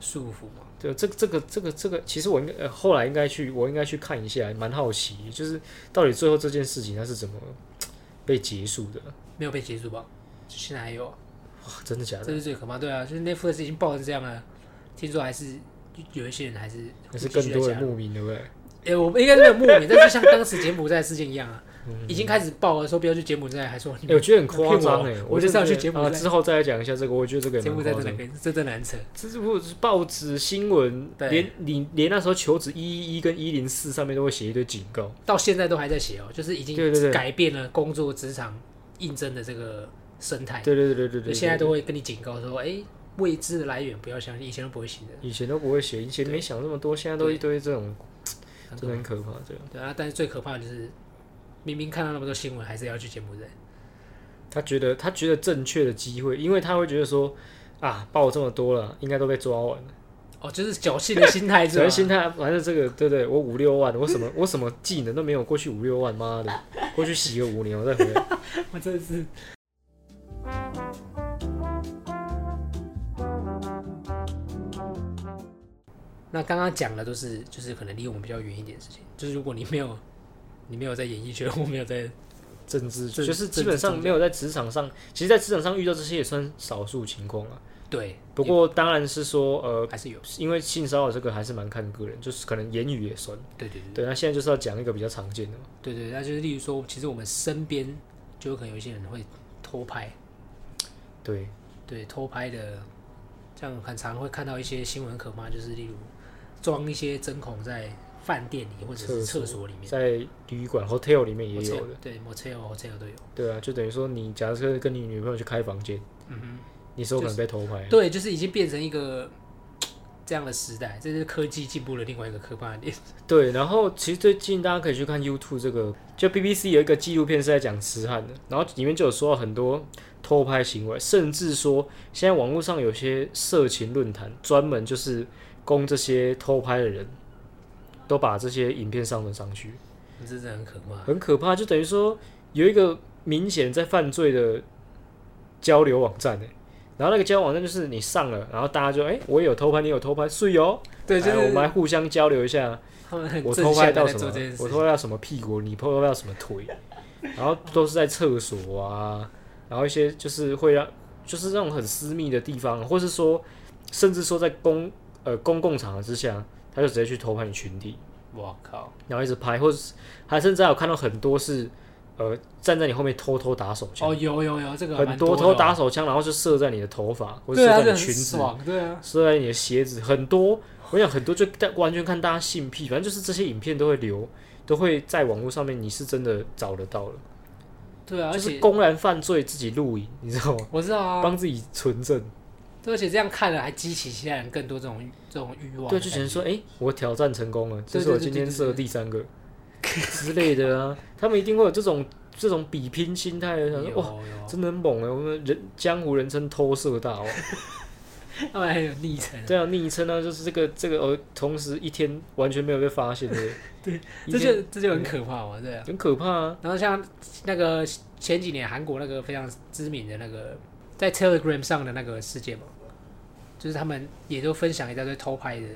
A: 束缚嘛。
B: 对，这个这个这个这个，其实我应该呃后来应该去，我应该去看一下，蛮好奇，就是到底最后这件事情它是怎么被结束的？
A: 没有被结束吧？就现在还有啊，
B: 哇，真的假
A: 这
B: 的？
A: 是最可怕。对啊，就是 Netflix 已经爆成这样了，听说还是有一些人还是
B: 还
A: 继续
B: 是更
A: 在
B: 多
A: 加
B: 人
A: 入。
B: 慕名，对不对？
A: 哎、我们应该是没有莫名，但是像当时柬埔寨事件一样
B: [LAUGHS]
A: 啊，已经开始爆了，说不要去柬埔寨，还说你
B: 嗯哎、我觉得很夸张
A: 骗
B: 哎
A: 我，我
B: 我
A: 就是要
B: 真的
A: 去柬埔
B: 啊
A: 寨
B: 之后再来讲一下这个，我觉得这个也
A: 柬埔
B: 蛮
A: 寨
B: 夸
A: 真的
B: 张。
A: 跟真的难扯。
B: 这是不是报纸新闻，
A: 对
B: 连你连那时候求职一一一跟一零四上面都会写一堆警告。
A: 到现在都还在写哦，就是已经
B: 对对对
A: 改变了工作职场应征的这个生态，
B: 对对对对对
A: 就
B: 对，
A: 哎现在
B: 对
A: 都会跟你警告说，哎、未知的来源不要相信，以前都不会信的，
B: 以前都不会写，以前没想这么多，现在都一堆这种，
A: 很
B: 真
A: 可
B: 的
A: 怕
B: 很可怕。对，
A: 对啊，但是最可怕的就是明明看到那么多新闻，还是要去柬埔寨，
B: 他觉得他觉得正确的机会，因为他会觉得说啊，报这么多了，应该都被抓完了。
A: 哦，就是侥幸的心
B: [LAUGHS]
A: 态，
B: 只
A: 是吧
B: 能？心态，反正这个对不对？我五六万，我什么 [LAUGHS] 我什么技能都没有，过去五六万，妈的，过去洗个五年，我再回来。
A: 我真的是。那刚刚讲的都是就是可能离我们比较远一点的事情，就是如果你没有你没有在演艺圈，或没有在
B: 政
A: [LAUGHS]
B: 治
A: 政
B: 就是基本
A: 政治
B: 上
A: 中
B: 没有在职场上，其实，在职场上遇到这些也算少数情况啊。
A: 对，
B: 不过当然是说，呃，
A: 还是有，
B: 因为性骚扰这个还是蛮看个人，就是可能言语也算。
A: 对对对
B: 对，那现在就是要讲一个比较常见的嘛，
A: 对对，那就是例如说，其实我们身边就有可能有一些人会偷拍，
B: 对，
A: 对偷拍的，这样很常会看到一些新闻很可怕，就是例如装一些针孔在饭店里或者是
B: 厕所
A: 厕所里面，
B: 在旅馆 hotel 里面也有
A: motel，
B: 的。
A: 对 motel hotel 都有。
B: 对啊，就等于说你假设跟你女朋友去开房间，
A: 嗯
B: 你是有可能被偷拍
A: 哼，。对，就是已经变成一个这样的时代，这是科技进步的另外一个可怕的点。 [LAUGHS]
B: 对，然后其实最近大家可以去看 YouTube 这个，就 BBC 有一个纪录片是在讲痴汉的，然后里面就有说到很多偷拍行为，甚至说现在网络上有些色情论坛专门就是供这些偷拍的人，都把这些影片上传上去，
A: 这真的很可怕，
B: 很可怕，就等于说有一个明显在犯罪的交流网站欸然后那个交流网站就是你上了，然后大家就哎、我也有偷拍，你有偷拍，是哟、
A: 对，就
B: 哎我们
A: 是
B: 来互相交流一下。
A: 他 [LAUGHS] 们很
B: 我
A: 正
B: 偷拍
A: 向地
B: 到
A: 在
B: 什
A: 做
B: 么
A: 这件？
B: 我
A: 事，
B: 偷拍到什么屁股？你偷拍到什么腿？ [LAUGHS] 然后都是在厕所啊，然后一些就是会让，就是那种很私密的地方，或是说，甚至说在公呃公共场合之下，他就直接去偷拍你裙底，
A: 我靠，
B: 然后一直拍，或者是还甚至还有看到很多是呃站在你后面偷偷打手枪，
A: 哦，有有有，这个还蛮
B: 很多
A: 的
B: 偷
A: 哦
B: 打手枪，然后就射在你的头发，或者
A: 对啊，
B: 射
A: 这
B: 在
A: 很
B: 你裙子，
A: 爽，对啊，
B: 射在你的鞋子，很多，我想很多就但完全看大家性癖，反正就是这些影片都会流，都会在网络上面，你是真的找得到了，
A: 对啊，而
B: 就是
A: 且
B: 公然犯罪自己录影，你知道吗？
A: 我知道啊，
B: 帮自己存证，
A: 对而且这样看了还激起其他人更多这种这种欲望的感觉。
B: 对，就只能说，哎、我挑战成功了，这
A: 对
B: 是我
A: 对对
B: 今
A: 对
B: 天
A: 对
B: 射的
A: 对
B: 第
A: [LAUGHS]
B: 三个之类的啊，他们一定会有这种这种比拼心态的，想说
A: 有
B: 哇，
A: 有，
B: 真的很猛啊，我们人江湖人称偷射大
A: [LAUGHS]
B: 王。
A: 他们还有昵称，
B: 对啊，昵称呢，就是这个这个呃，同时一天完全没有被发现
A: [LAUGHS]
B: 的，对，
A: 这就这就很可怕嘛，对啊。
B: 很可怕啊。
A: 然后像那个前几年韩国那个非常知名的那个在 Telegram 上的那个事件嘛，就是他们也都分享一大堆偷拍的，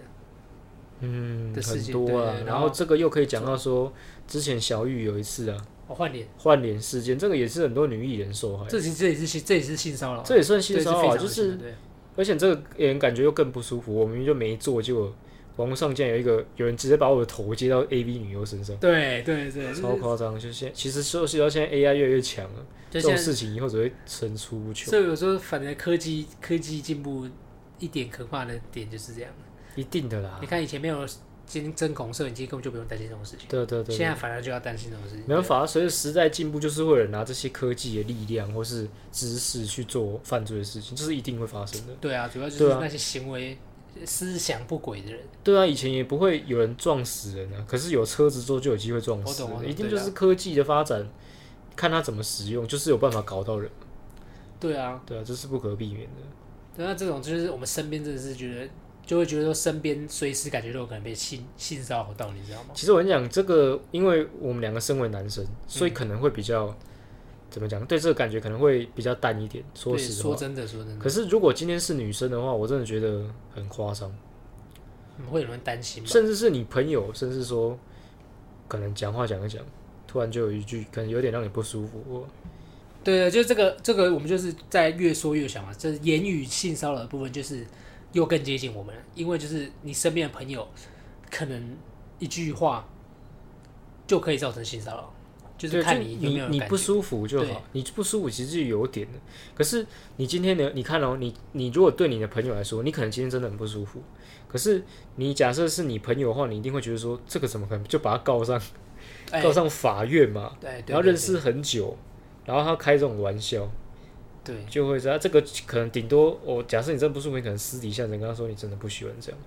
B: 嗯，
A: 的事
B: 很
A: 情
B: 多
A: 对
B: 啊
A: 对。然
B: 然
A: 后
B: 后这个又可以讲到说，之前小雨有一次啊
A: 哦换脸，
B: 换脸事件，这个也是很多女艺人受害，
A: 这其实这也是性这也是性骚扰，
B: 哦这也算
A: 这也
B: 性
A: 是
B: 骚
A: 非
B: 扰啊，
A: 常
B: 就
A: 恶心的
B: 是
A: 对
B: 而且这个给人感觉又更不舒服。我明明就没做，结果网络上竟然有一个有人直接把我的头接到 AV 女优身上，
A: 对对对，就是
B: 超夸张。就现其实说实到现在 AI 越来越强了，
A: 就
B: 这
A: 现在
B: 种事情以后只会层出不穷，
A: 所以有时候，反正科技科技进步一点可怕的点就是这样。
B: 一定的啦
A: 你。看以前没有监针孔摄影机，根本就不用担心这种事情，
B: 对啊对对，
A: 现在反而就要担心这种事情。
B: 没办法，随着时代进步，就是会有人拿这些科技的力量或是知识去做犯罪的事情，这是一定会发生的。
A: 对啊，主要就
B: 对
A: 是
B: 啊
A: 那些行为、思想不轨的人。
B: 对啊，以前也不会有人撞死人啊，可是有车子之后就有机会撞死
A: 我懂我懂
B: 人，一定就是科技的发展，看它怎么使用，就是有办法搞到人。
A: 对啊，
B: 对啊，这是不可避免的。
A: 对啊，这种就是我们身边真的是觉得，就会觉得说身边随时感觉都有可能被性性骚扰到，你知道吗？
B: 其实我跟你讲，这个因为我们两个身为男生，所以可能会比较怎么讲，对这个感觉可能会比较淡一点。说
A: 对
B: 实
A: 说
B: 话，
A: 真的，说真的，
B: 可是如果今天是女生的话，我真的觉得很夸张，
A: 嗯会有人担心吧？
B: 甚至是你朋友，甚至说可能讲话讲一讲，突然就有一句可能有点让你不舒服，我
A: 对对，就这个这个，我们就是在越说越想嘛，这言语性骚扰的部分，就是又更接近我们了，因为就是你身边的朋友，可能一句话就可以造成性骚扰，就是
B: 对
A: 看
B: 你
A: 有没有
B: 你
A: 感
B: 不
A: 觉
B: 舒服就
A: 对
B: 好，你不舒服其实就有点的。可是你今天的你看哦，你你如果对你的朋友来说，你可能今天真的很不舒服，可是你假设是你朋友的话，你一定会觉得说这个怎么可能就把他告上
A: 哎
B: 告上法院嘛？
A: 对，对
B: 然后认识很久，然后他开这种玩笑，
A: 对对
B: 就会知道啊这个可能顶多我、假设你真的不舒服，你可能私底下人跟他说你真的不喜欢这样，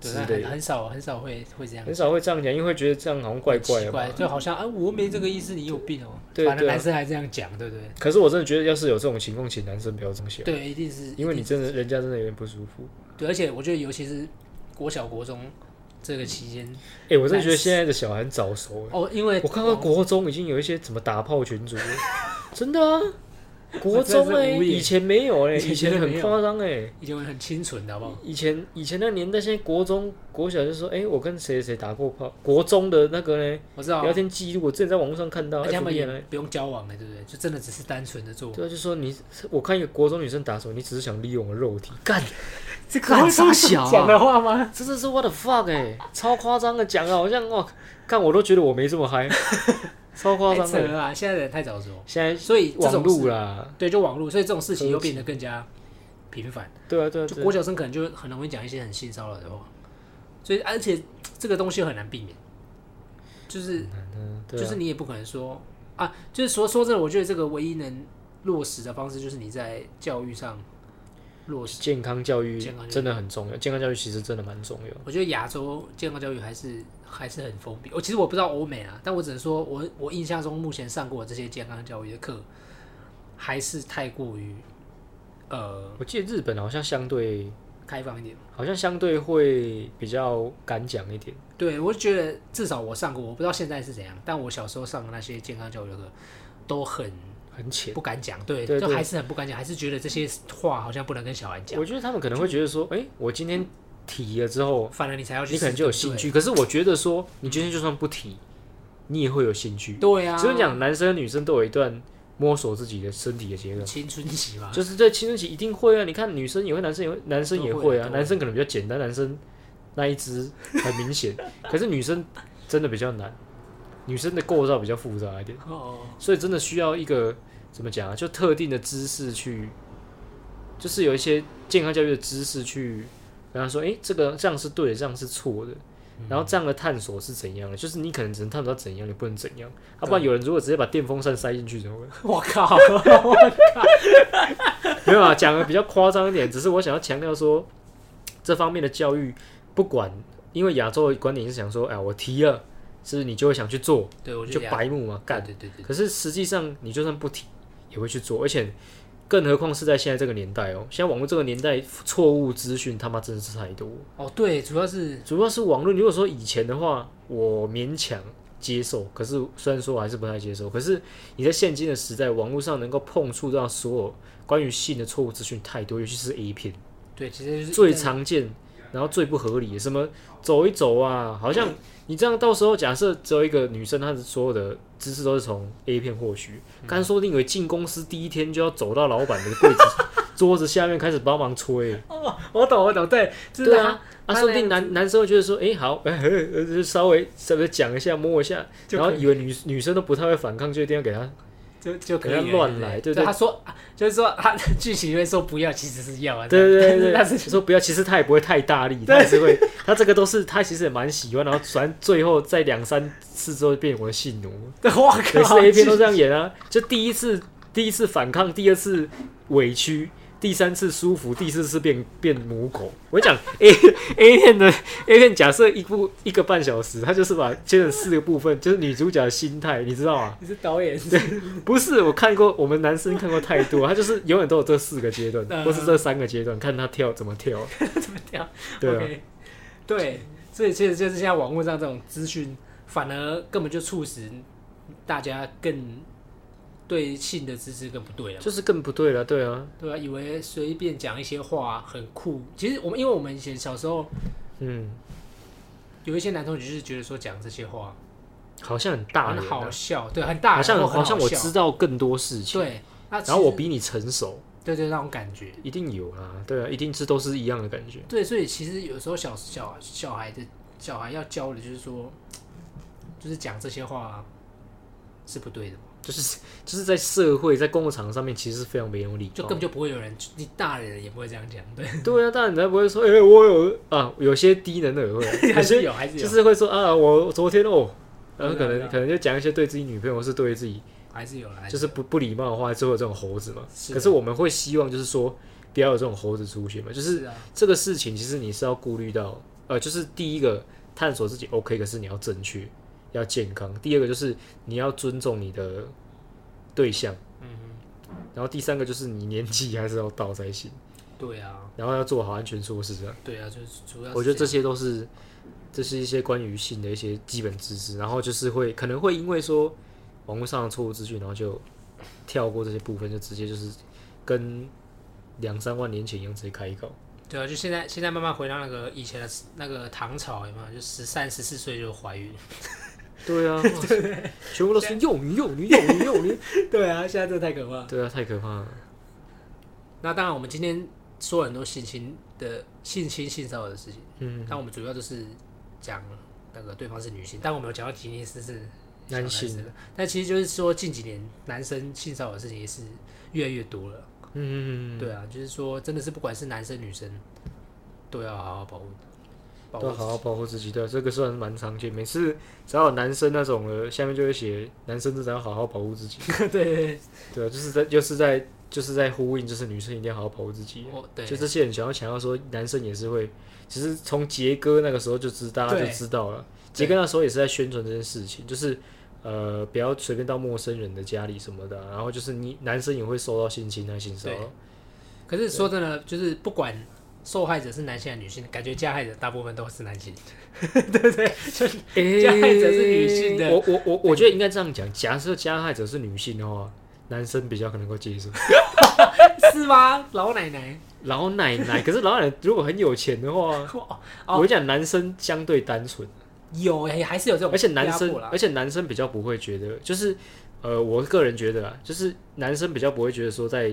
A: 对
B: 之
A: 但
B: 类
A: 很
B: 的
A: 很少很少会会这样
B: 很，少会这样讲，因为会觉得这样好像怪怪
A: 奇
B: 的
A: 怪，
B: 嘛。
A: 就好像啊，我没这个意思，你有病哦。
B: 对
A: 反正
B: 对啊
A: 男生还这样讲，对不对？
B: 可是我真的觉得，要是有这种情况，请男生不要这么想，
A: 对，一定是
B: 因为你
A: 一定
B: 真的人家真的有点不舒服。
A: 对，而且我觉得尤其是国小国中这个期间，
B: 哎、我真的觉得现在的小孩很早熟欸。
A: 哦，因为
B: 我看到国中已经有一些怎么打炮群
A: [LAUGHS]
B: 组了，真的啊，国
A: 真的
B: 中
A: 是
B: 哎、
A: 无言
B: 以前没有
A: [LAUGHS]
B: 哎、
A: 以
B: 以
A: 前真
B: 前
A: 的
B: 很夸张哎。
A: 以前我很清纯的好不好？
B: 以前以前那年代，现在国中国小就说，哎、我跟谁谁打过炮，国中的那个呢
A: 我知道啊，
B: 聊天记录，我之前在网络上看到
A: 而且他们
B: FB
A: 也
B: 呢，
A: 不用交往了，对不对？就真的只是单纯的做，
B: 对啊，就说你，我看一个国中女生打手，你只是想利用我的肉体，干，
A: 这
B: 个很傻小啊
A: 讲的话吗？
B: 真的是 what the fuck 哎、超夸张的讲啊，好像哇，看我都觉得我没这么
A: [LAUGHS]
B: 嗨，超夸
A: 太
B: 张
A: 扯
B: 的，
A: 了啊，现在人太早熟，
B: 现在
A: 所以这
B: 网
A: 种
B: 路
A: 事
B: 啦，
A: 对，就网络，所以这种事情
B: 科
A: 又
B: 技
A: 变得更加频繁。
B: 对啊对啊，
A: 就
B: 对啊
A: 国小生可能就很容易讲一些很性骚扰的话，所以而且这个东西很难避免，就是
B: 嗯对啊
A: 就是你也不可能说啊，就是说说真的，我觉得这个唯一能落实的方式就是你在教育上落实。
B: 健康教育
A: 健康教育
B: 真的很重要，健康教育其实真的蛮重要，
A: 我觉得亚洲健康教育还是还是很封闭。我其实我不知道欧美啊，但我只能说我我印象中目前上过这些健康教育的课，还是太过于呃
B: 我记得日本好像相对
A: 开放一点。
B: 好像相对会比较敢讲一点，
A: 对，我就觉得至少我上过，我不知道现在是怎样，但我小时候上的那些健康教育的课都很
B: 很浅。
A: 不敢讲，对，
B: 对
A: 就
B: 对
A: 还是很不敢讲，还是觉得这些话好像不能跟小孩讲，
B: 我觉得他们可能会觉得说，哎、我今天提了之后，
A: 反而你才要去，
B: 你可能就有兴。趣。可是我觉得说，你今天就算不提，你也会有兴趣。
A: 对啊，
B: 只是讲男生和女生都有一段摸索自己的身体的阶段，
A: 青春期嘛，
B: 就是在青春期一定会啊。你看女生也会，男生也会，男生也
A: 都会
B: 会
A: 啊
B: 啊。
A: 都会
B: 男生可能比较简单，男生那一只很明显，可是女生真的比较难，女生的构造比较复杂一点。 [LAUGHS]
A: 哦，
B: 所以真的需要一个怎么讲啊？就特定的知识去，就是有一些健康教育的知识去跟他说，诶，这个这样是对的，这样是错的。
A: 嗯
B: 然后这样的探索是怎样的？就是你可能只能探索到怎样，你不能怎样。要、不然有人如果直接把电风扇塞进去怎么办？ [LAUGHS]
A: 我靠，
B: 没有啊，讲的比较夸张一点，只是我想要强调说，这方面的教育不管，因为亚洲的观点是想说，哎呀，我提了，是不是你就会想去做，
A: 对
B: [LAUGHS]
A: 我觉
B: 就
A: 得
B: 白目嘛，干。
A: 对对对对，
B: 可是实际上，你就算不提，也会去做，而且更何况是在现在这个年代哦。现在网络这个年代，错误资讯他妈真的是太多。
A: 哦对，主要是
B: 主要是网络，如果说以前的话，我勉强接受，可是虽然说我还是不太接受。可是你在现今的时代，网络上能够碰触到所有关于性的错误资讯太多，尤其是 A 片
A: 对，其实就是
B: [LAUGHS] 最常见，然后最不合理，什么走一走啊，好像你这样到时候假设只有一个女生，她的所有的知识都是从 A 片获取，
A: 嗯
B: 刚说不定以为进公司第一天就要走到老板的柜子桌子下面开始帮
A: [LAUGHS]
B: 忙吹，
A: 哦，我懂我懂，对，就是
B: 对啊，
A: 他
B: 啊，
A: 那
B: 说不定男男生会觉得说，哎、好， [LAUGHS] 哎、呵呵就稍微稍微讲一下，摸一下，
A: 就
B: 然
A: 可以
B: 后以为女女生都不太会反抗，就一定要给她，
A: 就就可以了
B: 不要乱来
A: 对
B: 对对
A: 他说啊 [LAUGHS] 就是说他剧情里面说不要，其实是要啊，
B: 对对对对，
A: [LAUGHS] 但是
B: 说不要，其实她也不会太大力，她还是会，她这个都是她其实也蛮喜欢，然后反正最后在两三次之后变我的性
A: [LAUGHS]
B: 奴，
A: 但是我
B: 每
A: 靠
B: 次 A 片都这样演啊，就第一次第一次反抗，第二次委屈。第三次舒服，第四次变变母狗。我讲 A [LAUGHS] A 片的 A 片，假设一部一个半小时，它就是把切成四个部分，就是女主角的心态，你知道吗？
A: 你是导演是
B: 不是，我看过，我们男生看过太多，他就是永远都有这四个阶段，
A: 嗯
B: 或是这三个阶段，看他跳怎么跳。
A: [LAUGHS] 怎么样？
B: 对啊
A: OK，对，所以其实就是现在网络上这种资讯，反而根本就促使大家更对性的知识更不对了嘛。
B: 就是更不对了，对啊，
A: 对啊，以为随便讲一些话很酷，其实我们因为我们以前小时候
B: 嗯，
A: 有一些男同学就是觉得说讲这些话
B: 好像很大
A: 很
B: 人啊、
A: 好笑，对，很大人，
B: 好像
A: 或很
B: 好像我
A: 笑
B: 知道更多事情，
A: 对，啊那其
B: 然后我
A: 实
B: 比你成熟，
A: 对对那种感觉，
B: 一定有啦，对啊，一定是都是一样的感觉，
A: 对，所以其实有时候小小小孩的小孩要教的就是说，就是讲这些话是不对的嘛，
B: 就是就是在社会在公共场合上面其实是非常没有礼
A: 就
B: 貌
A: 根本就不会有人，你大人也不会这样讲，对，
B: [LAUGHS] 对啊，当然你才不会说，哎、我有啊，有些低能的
A: [LAUGHS]
B: 也会，有
A: 还是
B: 些
A: 有还是有，
B: 就是会说啊，我昨天哦，然后
A: 对
B: 可
A: 啊对啊
B: 能可能就讲一些对自己女朋友或是对自己
A: 还是有啦，还
B: 就是不不礼貌的话，就会有这种猴子嘛。
A: 是啊
B: 可是我们会希望就是说不要有这种猴子出现嘛，就是
A: 是啊，
B: 这个事情其实你是要顾虑到，呃，就是第一个探索自己 OK，可是你要正确，要健康；第二个就是你要尊重你的对象，嗯，然后第三个就是你年纪还是要到才行， [LAUGHS]
A: 对啊，
B: 然后要做好安全措施啊。
A: 对啊，就是主要是
B: 我觉得这
A: 样
B: 些都是，这是一些关于性的一些基本知识，然后就是会可能会因为说网络上的错误资讯，然后就跳过这些部分，就直接就是跟两三万年前一样直接开搞。
A: 对啊，就现在现在慢慢回到那个以前的那个唐朝，有没有？就十三十四岁就怀孕，
B: 对
A: [LAUGHS]
B: 啊，哇全部都是幼女、幼女、幼女、幼女。
A: 对啊，现在这太可怕了。
B: 对啊，太可怕了。
A: 那当然，我们今天说很多性侵的性侵性骚扰的事情，
B: 嗯，
A: 但我们主要就是讲那个对方是女性，但我们有讲到吉尼斯是小
B: 男性
A: 生的，但其实就是说近几年男生性骚扰的事情也是越来越多了。
B: 嗯，
A: 对啊，就是说真的是不管是男生女生，都要好好保护，保
B: 都要
A: 护
B: 嗯好好保护自己。对啊，这个算是蛮常见。每次只要有男生那种的，下面就会写男生真的要好好保护自己。
A: [LAUGHS] 对对对，
B: 对啊，就是在就是在就是在呼应，就是女生一定要好好保护自己。
A: 我哦对
B: 就这些人想要强调说，男生也是会，其实从杰哥那个时候就知大家
A: 对
B: 就知道了。
A: 对
B: 杰哥那时候也是在宣传这件事情，就是呃，不要随便到陌生人的家里什么的啊、然后就是你男生也会受到性侵和啊性骚
A: 对
B: 扰。
A: 可是说真的，就是不管受害者是男性还是女性，感觉加害者大部分都是男
B: [LAUGHS]
A: 性，[LAUGHS]
B: 诶
A: 加害者是女性的
B: 我我我我觉得应该这样讲，假设加害者是女性的话，男生比较可能够接受。 [LAUGHS]
A: 是吗？老奶奶，
B: 老奶奶，可是老奶奶如果很有钱的话，
A: 哇哦
B: 我会讲男生相对单纯，
A: 有哎、还是有这种，
B: 而且男生
A: 啦
B: 而，且男生比较不会觉得，就是呃，我个人觉得啊，就是男生比较不会觉得说在，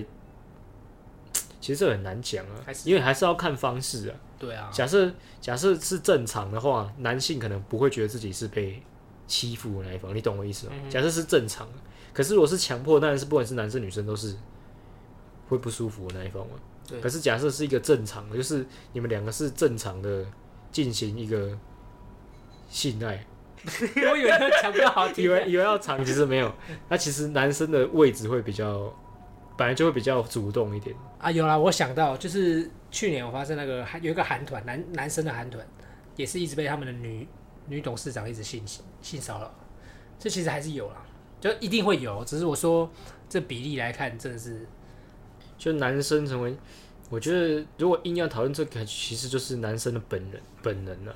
B: 其实这很难讲啊
A: 还，是
B: 因为还是要看方式啊。
A: 对
B: [LAUGHS]
A: 啊，
B: 假设假设是正常的话，男性可能不会觉得自己是被欺负的那一方，你懂我意思吗？假设是正常的，可是如果是强迫，当然是不管是男生女生都是会不舒服的那一方嘛。
A: 对
B: 可是假设是一个正常的，就是你们两个是正常的进行一个性爱，
A: 我以为他讲不好
B: 以
A: 听，
B: 为以为要长，其实没有。那其实男生的位置会比较，本来就会比较主动一点。
A: [LAUGHS] 啊，有啦，我想到就是去年我发生那个韩有一个韩团男男生的韩团，也是一直被他们的女女董事长一直性性骚扰，这其实还是有啦，就一定会有，只是我说这比例来看，真的是
B: 就男生成为，我觉得如果硬要讨论这个，其实就是男生的本能本能了、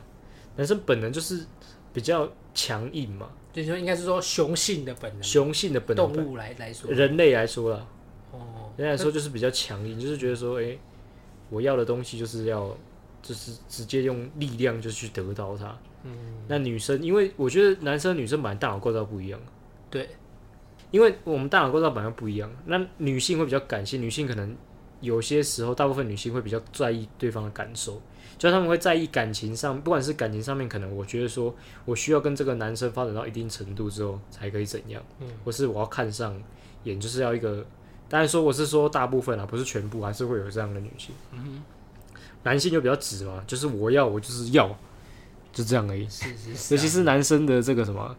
B: 男生本能就是比较强硬嘛，
A: 就是说应该是说雄性的本能，
B: 雄性的本能
A: 嗯动
B: 吧。
A: 物来来说，
B: 人类来说啦，
A: 哦，
B: 人类来说就是比较强硬，就是觉得说，哎、我要的东西就是要，就是直接用力量就去得到它。嗯，那女生，因为我觉得男生女生本来大脑构造不一样。
A: 对，
B: 因为我们大脑构造本来不一样，那女性会比较感性，女性可能有些时候，大部分女性会比较在意对方的感受，就她们会在意感情上，不管是感情上面，可能我觉得说我需要跟这个男生发展到一定程度之后才可以怎样，嗯，或是我要看上眼，就是要一个，当然说我是说大部分啊，不是全部，还是会有这样的女性，嗯，男性就比较直嘛，就是我要我就是要，就这样而已，
A: 是是是
B: 尤
A: 啊，
B: 其是男生的这个什么，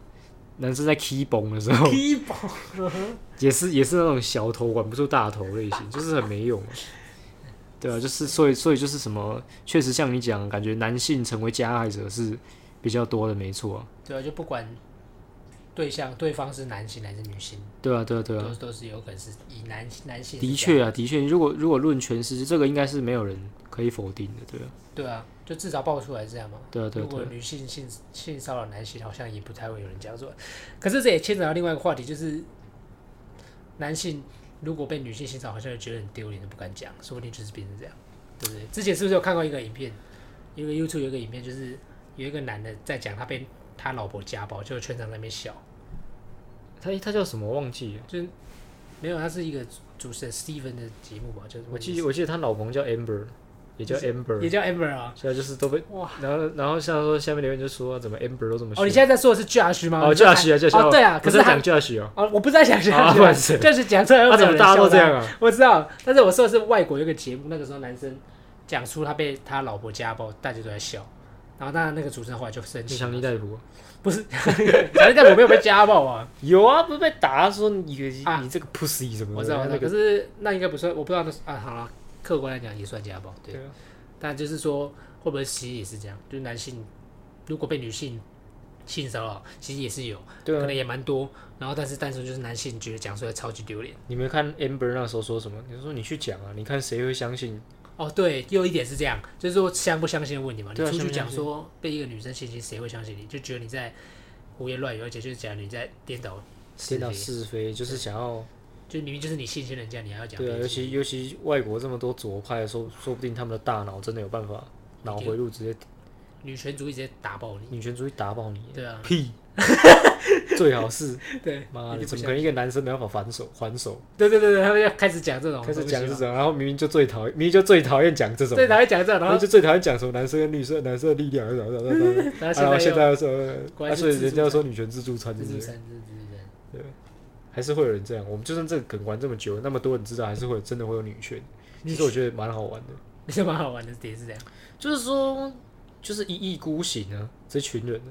B: 男生在 key 崩的时 [LAUGHS] 候。
A: 低保
B: 也是也是那种小头管不住大头类型，就是很没用、啊。对啊，就是所以所以就是什么，确实像你讲，感觉男性成为加害者是比较多的，没错、啊。
A: 对啊，就不管对象对方是男性还是女性，
B: 对啊，对啊，对啊
A: 都，都是有可能是以男男性是
B: 的
A: 这样，
B: 确啊，的确，如果如果论全世界，这个应该是没有人可以否定的，对啊，
A: 对啊，就至少爆出来这样嘛。
B: 对啊，对
A: 如
B: 啊，对
A: 果
B: 啊，
A: 女性性性骚扰男性，好像也不太会有人这样做。可是这也牵扯到另外一个话题，就是男性如果被女性欣赏，好像又觉得很丢脸，都不敢讲，说不定就是变成这样，对不对？之前是不是有看过一个影片，有一个 YouTube 有一个影片，就是有一个男的在讲他被他老婆家暴，就全场在那边笑。
B: 他诶他叫什么忘记了？
A: 没有，他是一个主持人 Steven 的节目吧，就是
B: 我记我记得他老婆叫 Amber，也叫 Amber，
A: 也叫 Amber 啊。
B: 现在就是都被
A: 哇！
B: 然后然后像说下面留言就说怎么 Amber 都这么
A: 哦，你
B: 凶
A: 现在在说的是 Josh 吗？
B: 哦 Josh 啊 Josh
A: 哦，对啊，可是
B: 在
A: 他
B: 讲 Josh 哦，
A: 哦，我不是在讲
B: 啊不然
A: Josh，
B: 是
A: 就是讲出来又
B: 他
A: 没
B: 怎
A: 有
B: 么
A: 人
B: 大家都
A: 笑
B: 这
A: 他
B: 样啊？
A: [LAUGHS] 我知道，但是我说的是外国有一个节目，那个时候男生讲出他被他老婆家暴，大家都在笑。然后当然那个主持人后来就生
B: 就
A: 气，
B: 强力逮捕
A: 不是， [LAUGHS] 反正我没有被家暴啊，
B: 有啊，不是被打说你
A: 啊
B: 你这个 pussy 什么的，
A: 我知道，我知道。
B: 那
A: 可
B: 个
A: 是那应该不算，我不知道那是啊，好了，客观来讲也算家暴，对
B: 对啊。
A: 但就是说，会不会其实也是这样？就是男性如果被女性性骚扰，其实也是有，
B: 对
A: 可
B: 啊
A: 能，也蛮多。然后但是单纯就是男性觉得讲出来超级丢脸。
B: 你没看 Amber 那时候说什么？你说你去讲啊，你看谁会相信？
A: 哦，对，又一点是这样，就是说相不相信的问题嘛。你
B: 对啊
A: 出去
B: 相不相
A: 讲
B: 信
A: 说被一个女生性侵，谁会相信你？就觉得你在胡言乱语，而且就是讲你在颠倒是
B: 颠倒
A: 非，
B: 是非，就是想要
A: 就明明就是你性侵人家，你还要讲
B: 对啊，
A: 别
B: 尤
A: 人
B: 其尤其外国这么多左派，说说不定他们的大脑真的有办法，脑回路直接
A: 女权主义直接打爆你。
B: 女权主义打爆你，
A: 对啊，
B: 屁， [LAUGHS] 最好是
A: 对，
B: 妈
A: 一
B: 的，
A: 定不
B: 怎么可能一个男生没办法反手还手？
A: 对对对对，他们要开始讲这种
B: 开
A: 东西
B: 始
A: 嘛，
B: 讲这种，然后明明就最讨厌，明明就最讨厌讲这种，
A: 对，他会讲这种，
B: 啊然
A: 然
B: 后
A: 后
B: 就最讨厌讲什么男生跟女生男生的力量，然后然后然后哎 [LAUGHS]
A: 然
B: 啊然后然
A: 后
B: 后
A: 现
B: 现
A: 在
B: 在又说，
A: 果
B: 啊，
A: 然是
B: 所以
A: 自
B: 人
A: 助
B: 家
A: 餐
B: 说女权自助餐
A: 又
B: 是
A: 自
B: 不
A: 助
B: 是？
A: 餐，自助 [LAUGHS] 餐，
B: 还是会有人这样。我们就算这个梗玩这么久，那么多人知道，还是会有真的会有女权。其实我觉得蛮好玩的，
A: 你觉得蛮好玩的点是这样。
B: 就是说，就是一意孤行啊，这群人啊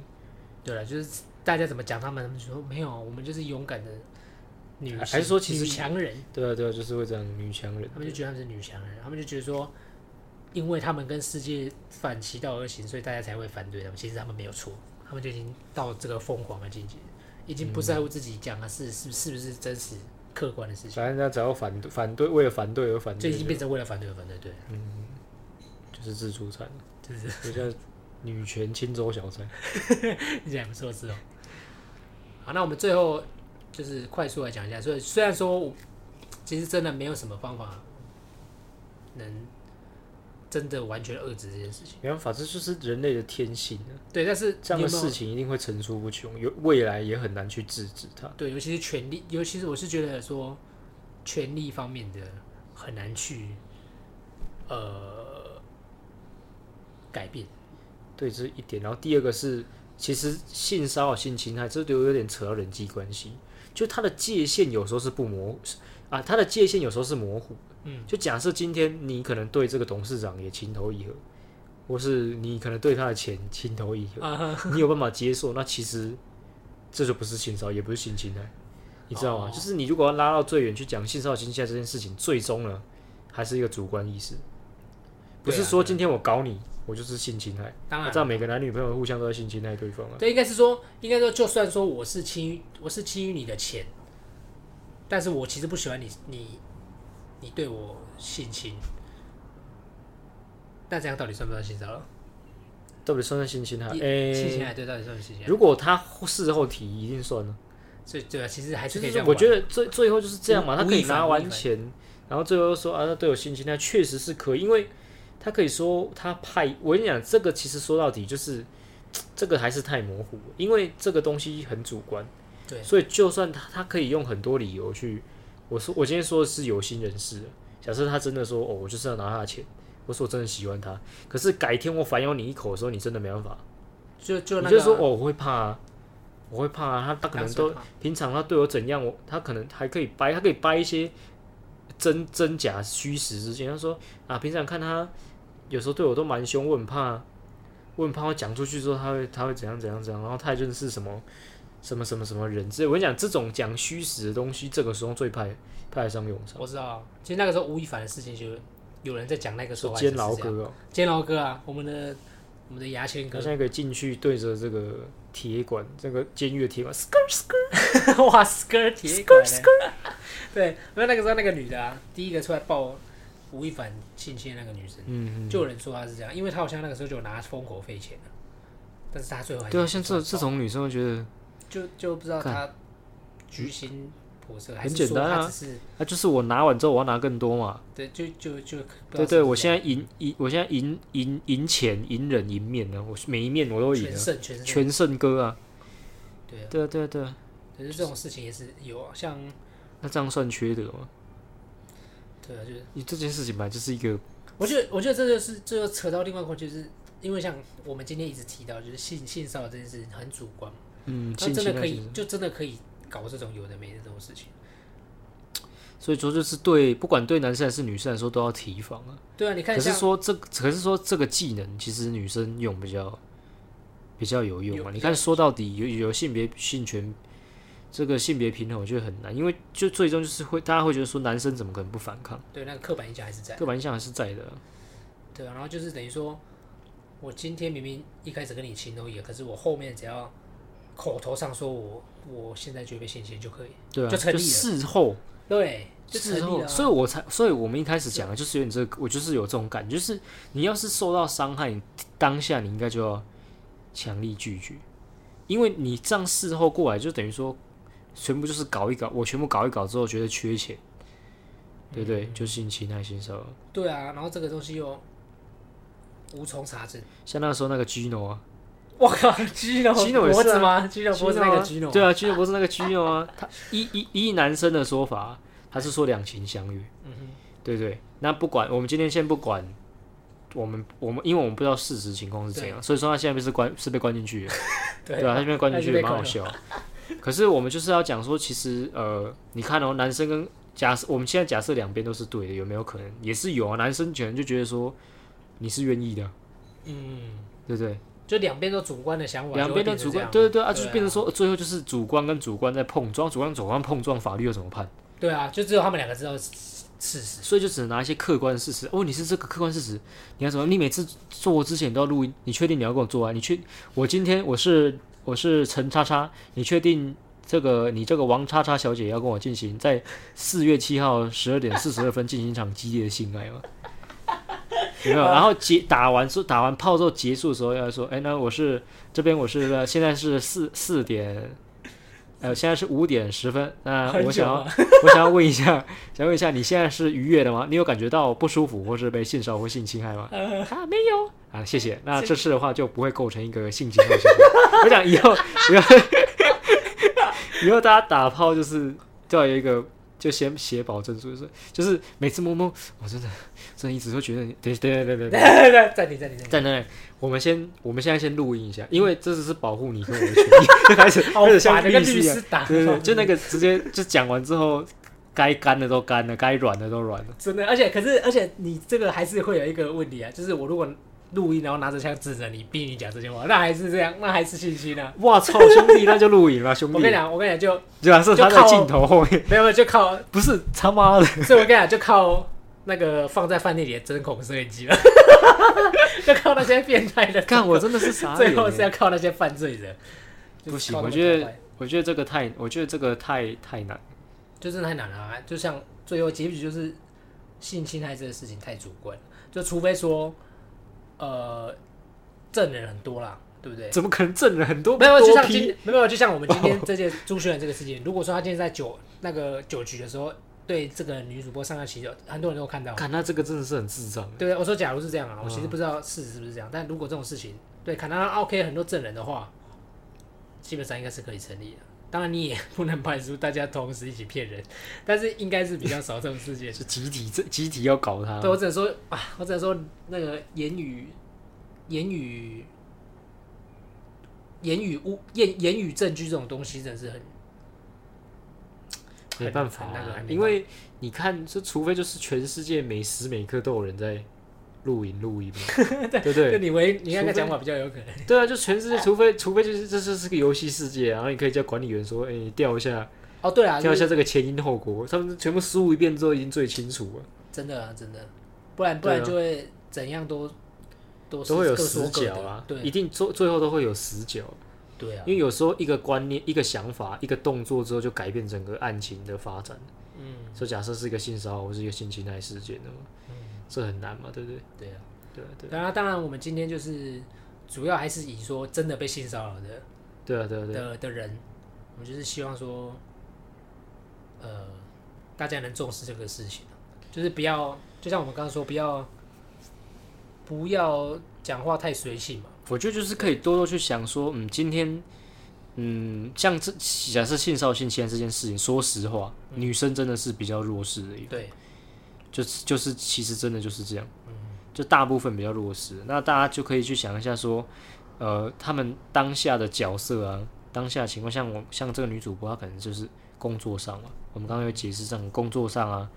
A: 对了，就是大家怎么讲他们，他们就说没有，我们就是勇敢的女性，
B: 还还是说其实
A: 女强人，
B: 对啊，对啊，就是会这样女强人。
A: 他们就觉得他们是女强人，他们就觉得说，因为他们跟世界反其道而行，所以大家才会反对他们。其实他们没有错，他们就已经到这个疯狂的境界，已经不在乎自己讲的是是是不是真实客观的事情，
B: 反正人家只要反对，反对为了反对而反
A: 就
B: 对
A: 已，经变成为了反对而反对，对，
B: 就是自助餐，
A: 就是
B: [LAUGHS] 就叫女权青州小菜。
A: 你讲还不错是哦。好，那我们最后就是快速来讲一下，所以虽然说我其实真的没有什么方法能真的完全遏制这件事情，
B: 没办法，这就是人类的天性啊，
A: 对，但是
B: 这样
A: 你
B: 的
A: 有没有
B: 事情一定会层出不穷，有未来也很难去制止它。
A: 啊对，尤其是权力，尤其是我是觉得说权力方面的很难去呃改变。
B: 对，这是一点。然后第二个是，其实性骚扰、性侵害，这都有点扯到人际关系，就它的界限有时候是不模糊是啊，它的界限有时候是模糊。嗯，就假设今天你可能对这个董事长也情投意合，或是你可能对他的钱情投意
A: 啊
B: 合，你有办法接受，那其实这就不是性骚扰，也不是性侵害，你知道吗？
A: 哦
B: 就是你如果要拉到最远去讲性骚扰、性侵害这件事情，最终呢，还是一个主观意识。不
A: 对
B: 是
A: 啊
B: 说
A: 对啊
B: 今天我搞你，我就是性侵害，
A: 当然
B: 啊我知道每个男女朋友互相都在性侵害对方啊。
A: 哎对，应该是说，应该说，就算说我是侵于我是侵于你的钱，但是我其实不喜欢你，你你对我性侵，那这样到底算不算性骚扰？
B: 到底算不算性侵害？
A: 一
B: 诶、
A: 性侵害对，到底算不算性侵害？
B: 如果他事后提，一定算哦了。
A: 所以对啊，其实还是
B: 就
A: 可以这
B: 是说
A: 样
B: 我
A: 玩。
B: 觉得最最后就是这样嘛，
A: 无
B: 他可
A: 无意
B: 以
A: 反
B: 拿
A: 无意
B: 完
A: 反
B: 钱，然后最后又说啊，他对我性侵害，确实是可以，因为他可以说他派。我跟你讲，这个其实说到底就是这个还是太模糊了，因为这个东西很主观。
A: 对
B: 所以就算他他可以用很多理由去，我说我今天说的是有心人士，假设他真的说哦，我就是要拿他的钱，我说我真的喜欢他，可是改天我反咬你一口的时候，你真的没办法，
A: 就就
B: 你
A: 那
B: 就
A: 个
B: 说哦，我会怕啊，我会怕啊，他他可能都
A: 凉水嘛
B: 平常他对我怎样，我他可能还可以掰，他可以掰一些真真假虚实之间。他说啊，平常看他有时候对我都蛮凶，我很怕，我很怕我讲出去之后他会他会怎样怎样怎样，然后他还认识什么什么什么什么人之类。我跟你讲，这种讲虚实的东西，这个时候最派派得上用场。
A: 我知道啊，其实那个时候吴亦凡的事情就有人在讲那个时
B: 说
A: 候
B: 监牢
A: 哥，
B: 哥哦，
A: 监牢哥啊，我们的我们的牙
B: [LAUGHS]
A: 签
B: 他
A: 哥
B: 现，在可以进去对着这个铁管，这个监狱的铁管，
A: 哇，skirt 铁管欸 [LAUGHS] 对，没有那个时候那个女的啊，第一个出来爆吴亦凡性侵的那个女生，
B: 嗯，
A: 就有人说她是这样，因为她好像那个时候就有拿封口费钱了，但
B: 啊
A: 是她最后还是
B: 对啊，像这
A: 爆
B: 这种女生，我觉得
A: 就就不知道她居心波折，还
B: 很
A: 是
B: 简
A: 说
B: 单
A: 他
B: 啊
A: 只是
B: 那、就是我拿完之后我要拿更多嘛。
A: 对，就就就不知道
B: 对
A: 是
B: 对，
A: 不
B: 我
A: 是
B: 现在赢赢，我现在赢赢赢钱、赢人、赢面呢，我每一面我都赢
A: 全
B: 了，
A: 胜全胜
B: 全胜哥啊！
A: 对啊，
B: 对啊对啊对啊，
A: 可是这种事情也是有啊，像
B: 那这样算缺德吗？
A: 对啊，就是
B: 你这件事情本来就是一个
A: 我觉得我觉得这就是这就扯到另外一块，就是因为像我们今天一直提到，就是性性骚扰这件事情很主观，
B: 嗯，
A: 他
B: 性
A: 真
B: 侵
A: 的
B: 害
A: 可
B: 性
A: 以就真的可以搞这种有的没的这种事情。
B: 所以说就是对，不管对男生还是女生来说都要提防啊。
A: 对啊，你看
B: 可是
A: 像
B: 说这，可是说这个技能其实女生用比较比较有用
A: 有
B: 啊。你看说到底有有性别性权这个性别平衡，我觉得很难，因为就最终就是会大家会觉得说男生怎么可能不反抗？
A: 对那个刻板印象还是在，
B: 刻板印象还是在的啊、
A: 对啊，然后就是等于说，我今天明明一开始跟你情投意合，可是我后面只要口头上说我我现在就被性侵就可以，
B: 对啊，
A: 就成立了
B: 事后
A: 对，就成立
B: 事
A: 了嗯啊。
B: 后，所以我才，所以我们一开始讲的就是有点这个，我就是有这种感觉，就是你要是受到伤害，你当下你应该就要强力拒绝，因为你这样事后过来，就等于说全部就是搞一搞，我全部搞一搞之后觉得缺钱，对
A: 嗯
B: 不对？就性侵害、性骚扰，
A: 对啊，然后这个东西又无从查证。
B: 像那时候那个 Gino 啊
A: 我靠，Gino
B: Gino 也
A: 脖
B: 是啊
A: 子吗？Gino 脖子那个 Gino，
B: 啊对啊，Gino 不是那个
A: [LAUGHS]
B: Gino 啊，他依依依男生的说法，他是说两情相悦。
A: 嗯哼。
B: 对对，那不管我们今天先不管我们我们，因为我们不知道事实情况是怎样，所以说他现在被是关是被关进去的，
A: [LAUGHS] 对
B: 对啊，他现在被关进去
A: 他
B: 也
A: 已经被
B: 蛮
A: 关
B: 好笑。可是我们就是要讲说，其实呃，你看哦，男生跟假设我们现在假设两边都是对的，有没有可能也是有啊？男生可能就觉得说你是愿意的，啊
A: 嗯，
B: 对不对？
A: 就两边都主观的想法，
B: 两边
A: 啊就会
B: 的
A: 变成
B: 主观，
A: 这
B: 对
A: 样
B: 对对啊，
A: 对
B: 就
A: 啊
B: 变成说最后就是主观跟主观在碰撞，主观跟主观碰撞，法律又怎么判？
A: 对啊，就只有他们两个知道事事
B: [LAUGHS]
A: 实。
B: 所以就只能拿一些客观的事实。哦，你是这个客观事实，你要怎么？你每次做之前都要录音，你确定你要跟我做啊？你确我今天我是我是陈叉叉，你确定这个你这个王叉叉小姐要跟我进行在四月七号十二点四十二分进行一场激烈的性爱吗？有没有？然后结打完之打完炮之后结束的时候要说，哎，那我是这边我是呃现在是四四点，呃现在是五点十分，那
A: 很久
B: 我想要
A: 啊
B: [LAUGHS] 我想要问一下，想问一下你现在是愉悦的吗？你有感觉到不舒服或是被性骚扰或性侵害吗？啊，没有啊，谢谢。那这次的话就不会构成一个性侵害行为。 [LAUGHS] 我想以后以后 [LAUGHS] 以后大家打炮就是都要有一个。就先写保证书，就是就是每次摸摸，我真的真的一直都觉得你，对对对对对，
A: 暂停，暂停，暂停。
B: 在那，我们先，我们现在先录音一下，因为这只是保护你跟我的权益。就
A: [LAUGHS]
B: 开始
A: 好
B: 开始像
A: 烦，跟律
B: 律师一样
A: 师打，哦
B: 对对，对就那个直接就讲完之后，该干的都干了，该软的都
A: [LAUGHS]
B: 软了。
A: 真的，而且可是而且你这个还是会有一个问题啊，就是我如果录音然后拿着枪指着你，逼你讲这些话，那还是这样，那还是信息呢。
B: 哇操，兄弟，那就录影了，兄
A: 我跟你
B: 弟。
A: 讲，我跟你讲，就
B: 对啊，是他
A: 就
B: 在
A: 靠
B: 镜头后面，
A: 没有没有就靠，
B: 不是他妈的，
A: 所以我跟你讲，就靠那个放在饭店里的针孔摄影机了， [LAUGHS] 就靠那些变态的。
B: 看我真的是傻
A: [LAUGHS] 最 [LAUGHS] 后是欸要
B: 眼。欸
A: 靠那些犯罪人。
B: 不
A: 就是
B: 行，
A: 靠那
B: 我
A: 个头
B: 觉得
A: 牌，
B: 我觉得这个太，我觉得这个太太难。
A: 就真的太难了、啊。就像最后结局就是性侵害这个事情太主观了，就除非说呃证人很多啦，对不对？
B: 怎么可能证人很多？
A: 没有，就
B: 多
A: 像今
B: 批
A: 没有，就像我们今天这件朱学仁这个事情，如果说他今天在酒那个酒局的时候对这个女主播上下其手，很多人都有看到。
B: 看他这个真的是很智障。
A: 对不对，我说假如是这样啊，我其实
B: 嗯
A: 不知道事实是不是这样，但如果这种事情对砍到 OK 很多证人的话，基本上应该是可以成立的。当然你也 [LAUGHS] 不能排除大家同时一起骗人，但是应该是比较少这种事件。
B: [LAUGHS] 是集体，这集体要搞他。
A: 对我只能说啊，我只能说那个言语、言语、言语污言言语证据这种东西，真的是很
B: 没办法、
A: 很那个很
B: 啊
A: 没办，法
B: 因为你看，这除非就是全世界每时每刻都有人在录影录音嘛，对不
A: 就
B: 对？
A: 你为你那
B: 除
A: 个
B: 非
A: 讲法比较有可能。
B: 对啊，就全世界，除非除非就是这就是个游戏世界，然后你可以叫管理员说，哎、你调一下，
A: 哦，对啊，
B: 调
A: 就
B: 一下
A: 是
B: 这个前因后果，他们全部输一遍之后已经最清楚了，
A: 真的啊，真的，不然不然
B: 对啊
A: 就会怎样都都是
B: 都会有
A: 各说
B: 死
A: 各
B: 角
A: 的
B: 啊，
A: 对
B: 一定最最后都会有死角，
A: 对啊
B: 因，为有时候一个观念、一个想法、一个动作之后，就改变整个案情的发展。
A: 嗯，
B: 说假设是一个性骚扰或是一个性侵害事件的嘛，这很难嘛，对不对？
A: 对啊。
B: 对啊，对啊
A: 当然，当然，我们今天就是主要还是以说真的被性骚扰的
B: 对啊，对啊，对啊。
A: 的的人，我们就是希望说，呃，大家能重视这个事情，啊就是不要，就像我们刚刚说，不要不要讲话太随性嘛。
B: 我觉得就是可以多多去想说，嗯，今天，嗯，像这假设性骚性侵这件事情，说实话，女生真的是比较弱势的一个，
A: 对，
B: 就是就是其实真的就是这样，就大部分比较弱势。那大家就可以去想一下说，呃，他们当下的角色啊，当下的情况，像我像这个女主播，她可能就是工作上嘛，我们刚刚有解释上工作上啊。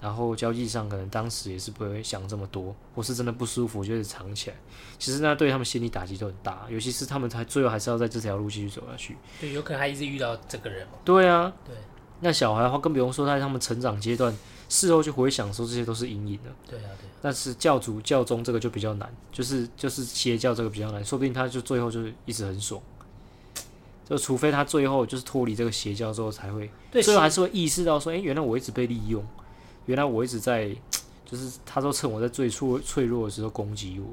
B: 然后交际上可能当时也是不会想这么多，或是真的不舒服就是藏起来。其实那对他们心理打击都很大，尤其是他们才最后还是要在这条路继续走下去。
A: 对，有可能还一直遇到这个人嘛。
B: 对啊，
A: 对，
B: 那小孩的话更不用说，在他们成长阶段，事后去回想说这些都是阴影的。
A: 对啊，
B: 但是教主教宗这个就比较难，就是就是邪教这个比较难，说不定他就最后就是一直很爽，就除非他最后就是脱离这个邪教之后才会，
A: 对
B: 最后还是会意识到说，哎、原来我一直被利用，原来我一直在，就是他都趁我在最脆脆弱的时候攻击我，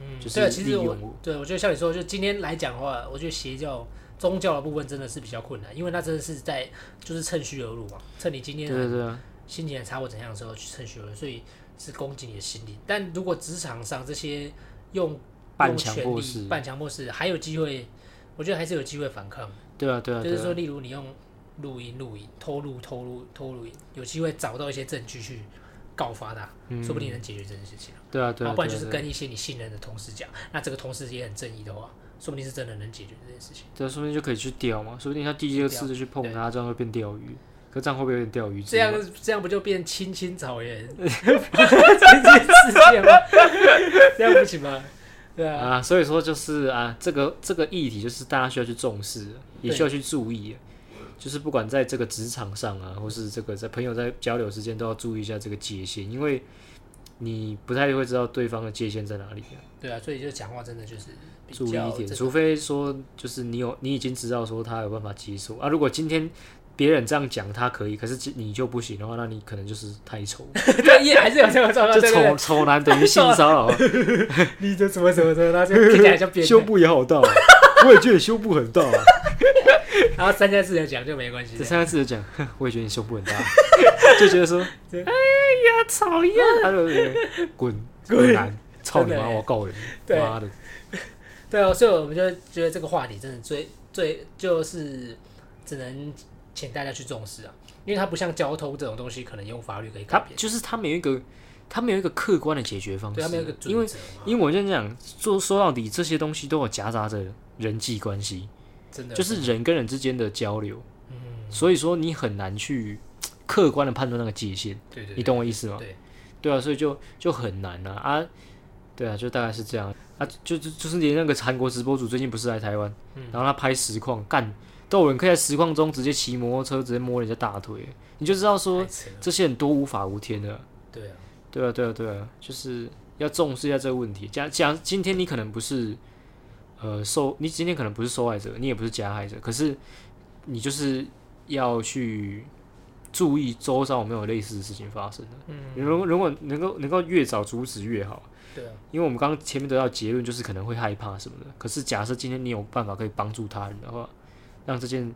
A: 嗯，
B: 就是
A: 对啊，其
B: 利
A: 实
B: 用
A: 我
B: 我
A: 对我觉得像你说，就今天来讲的话，我觉得邪教宗教的部分真的是比较困难，因为那真的是在就是趁虚而入嘛，趁你今
B: 对
A: 天
B: 对对啊，
A: 心情很差或怎样的时候去趁虚而入，所以是攻击你的心理。但如果职场上这些用
B: 半
A: 用
B: 强
A: 权
B: 迫
A: 力
B: 式
A: 半强迫式还有机会，我觉得还是有机会反抗。
B: 对啊对啊，
A: 就
B: 对
A: 是
B: 啊
A: 说，例如你用录音、录影、偷录、偷录、偷录影，有机会找到一些证据去告发他，说不定能解决这件事情。
B: 对啊嗯对
A: 然
B: 啊，
A: 后不然就
B: 对啊
A: 是
B: 对啊
A: 跟一些你信任的同事讲，那这个同事也很正义的话，说不定是真的能解决这件事情。
B: 对啊，说不定就可以去钓嘛，说不定他第二次就去碰
A: 对
B: 它，这样会变钓鱼，可这样会不会有点钓鱼之
A: 这
B: 类的？
A: 样这样不就变青青草
B: [LAUGHS]
A: 原这件事情吗？这样不行吗？对啊，
B: 啊，所以说就是啊，这个这个议题就是大家需要去重视，也需要去注意，就是不管在这个职场上啊，或是这个在朋友在交流之间，都要注意一下这个界限，因为你不太会知道对方的界限在哪里、啊，
A: 对啊，所以就讲话真的就是比
B: 注意
A: 较
B: 一点，
A: 这
B: 除非说就是你有你已经知道说他有办法接受啊，如果今天。别人这样讲他可以，可是你就不行的话，那你可能就是太
A: [LAUGHS]
B: 丑，
A: 对，也还是有这种状况。
B: 就
A: 啊对对
B: 丑
A: 对
B: 丑男等于性骚扰啊，
A: 你这什么什么什么，然后就听起来像 [LAUGHS] 变态
B: 胸，部也好大啊，我也觉得胸部很
A: [LAUGHS]
B: 大啊。
A: 然后三件事情讲就没关系
B: 这。三个字就讲， [LAUGHS] 哼我也觉得你胸部很大，啊 [LAUGHS] 就觉得说，哎呀，讨厌，他就哎
A: [LAUGHS]
B: 滚滚男，操你
A: 啊真
B: 妈，
A: 的
B: 我要告人，
A: 对
B: 妈的，
A: 对啊，所以我们就觉得这个话题真的最最就是只能请大家去重视啊，因为它不像交通这种东西，可能用法律可以改
B: 他
A: 变，
B: 就是他没有一个，他没有一个客观的解决方式
A: 对，
B: 啊
A: 它没有一个，
B: 因
A: 准
B: 为
A: 则嘛，
B: 因为我跟你讲，说说到底，这些东西都有夹杂着人际关系，
A: 真的
B: 就是人跟人之间的交流，
A: 嗯
B: 所以说你很难去客观的判断那个界限，
A: 对对
B: 你
A: 对
B: 懂我意思吗？
A: 对，
B: 对啊，所以就就很难啊啊，对啊，就大概是这样啊，就就就是连那个韩国直播主最近不是来台湾，
A: 嗯
B: 然后他拍实况，干都有人可以在实况中直接骑摩托车直接摸人家大腿，你就知道说
A: 太扯了
B: 这些人多无法无天的，
A: 对啊，
B: 对啊，对啊，对啊，就是要重视一下这个问题。假假今天你可能不是呃受，你今天可能不是受害者，你也不是加害者，可是你就是要去注意周遭有没有类似的事情发生嗯，如果如果能够能够越早阻止越好，
A: 对啊，
B: 因为我们刚刚前面得到结论就是可能会害怕什么的。可是假设今天你有办法可以帮助他人的话，让这件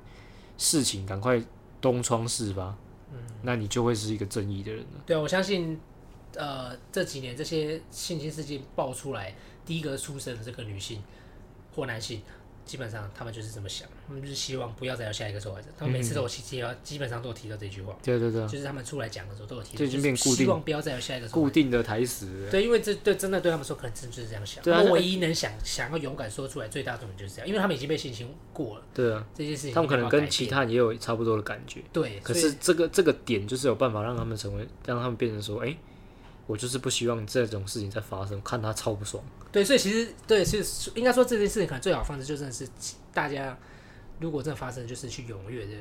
B: 事情赶快东窗事发，嗯，那你就会是一个正义的人了。
A: 对啊，我相信呃这几年这些性侵事件爆出来，第一个出生的这个女性或男性。基本上他们就是这么想，他们就是希望不要再有下一个受害者。他们每次
B: 嗯
A: 都有提提到，基本上都有提到这句话，
B: 对啊对啊对啊。
A: 就是他们出来讲的时候都有提到，
B: 这已经变
A: 就是
B: 固定
A: 希望不要再有下一个受害者。
B: 固定的台词。
A: 对，因为这对真的对他们说，可能真的就是这样想。
B: 对
A: 他
B: 啊
A: 们
B: 这
A: 唯一能想想要勇敢说出来，最大重点就是这样，因为他们已经被性侵过了
B: 对啊，
A: 这件事情，
B: 他们可能
A: 没
B: 跟
A: 办法改变
B: 其他人也有差不多的感觉，
A: 对，
B: 可
A: 所以
B: 是这个这个点就是有办法让他们成为，让他们变成说，哎、我就是不希望这种事情再发生，看他超不爽。
A: 对，所以其实对是应该说这件事情可能最好的方式就真的是大家如果真的发生，就是去踊跃的，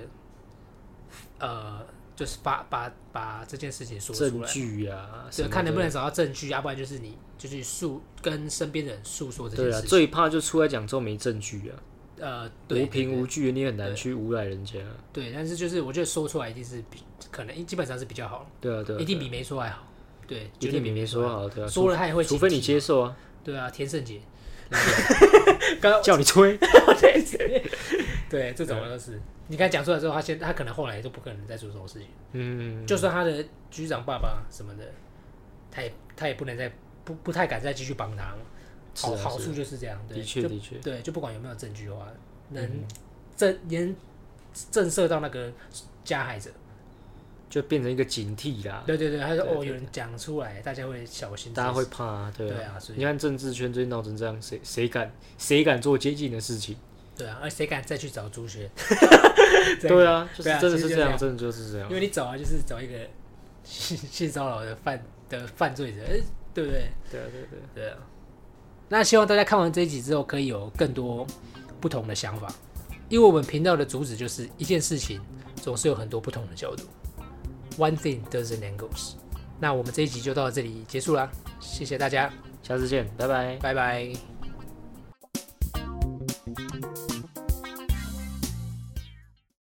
A: 呃，就是把把把这件事情说出
B: 证
A: 来。
B: 据啊，什
A: 对，
B: 么
A: 看能不
B: 的
A: 能找到证据，啊要、不然就是你就去诉跟身边的人诉说这件
B: 对啊，
A: 事情。
B: 最怕就出来讲之后没证据啊，
A: 呃，对
B: 无凭无据，你很难去诬赖人家。
A: 对，但是就是我觉得说出来一定是比可能基本上是比较好。
B: 对啊，对啊，
A: 一定比没说还好。对，
B: 一
A: 绝对
B: 定
A: 比
B: 比
A: 没
B: 没
A: 说
B: 说
A: 还好。
B: 好，对啊，
A: 说了他也会
B: 除除非你
A: 警惕
B: 接受啊，
A: 对啊，田胜杰， [LAUGHS]
B: 叫你吹，
A: 对这种都是你刚才讲出来之后，他现他可能后来都不可能再做这种事情。
B: 嗯，
A: 就算他的局长爸爸什么的，他也他也不能再不不太敢再继续帮他了。
B: 是啊
A: 好
B: 是啊
A: 好处就是这样，对，
B: 的确
A: 就
B: 的确，嗯
A: 对，就不管有没有证据的话，能震能震慑到那个加害者。
B: 就变成一个警惕啦，
A: 对对对，他说
B: 对对
A: 哦，有人讲出来，大家会小心，
B: 大家会怕啊，对
A: 对
B: 啊。
A: 啊，所以
B: 你看政治圈最近闹成这样，谁谁敢谁敢做接近的事情？
A: 对啊，而谁敢再去找朱
B: [LAUGHS]
A: 学？ [LAUGHS] 这样
B: 对啊，就是
A: 对啊
B: 真
A: 其
B: 的是
A: 实就
B: 这
A: 这
B: 样，
A: 样
B: 真的就是这样
A: 因。为你找啊，就是找一个 [LAUGHS] 性性骚扰的犯的犯罪者，哎对不对？
B: 对啊，对啊对啊。
A: 对啊。那希望大家看完这一集之后，可以有更多不同的想法，因为我们频道的主旨就是一件事情总是有很多不同的角度。One thing doesn't angles。那我们这一集就到这里结束啦，谢谢大家，
B: 下次见，拜拜。
A: 拜拜。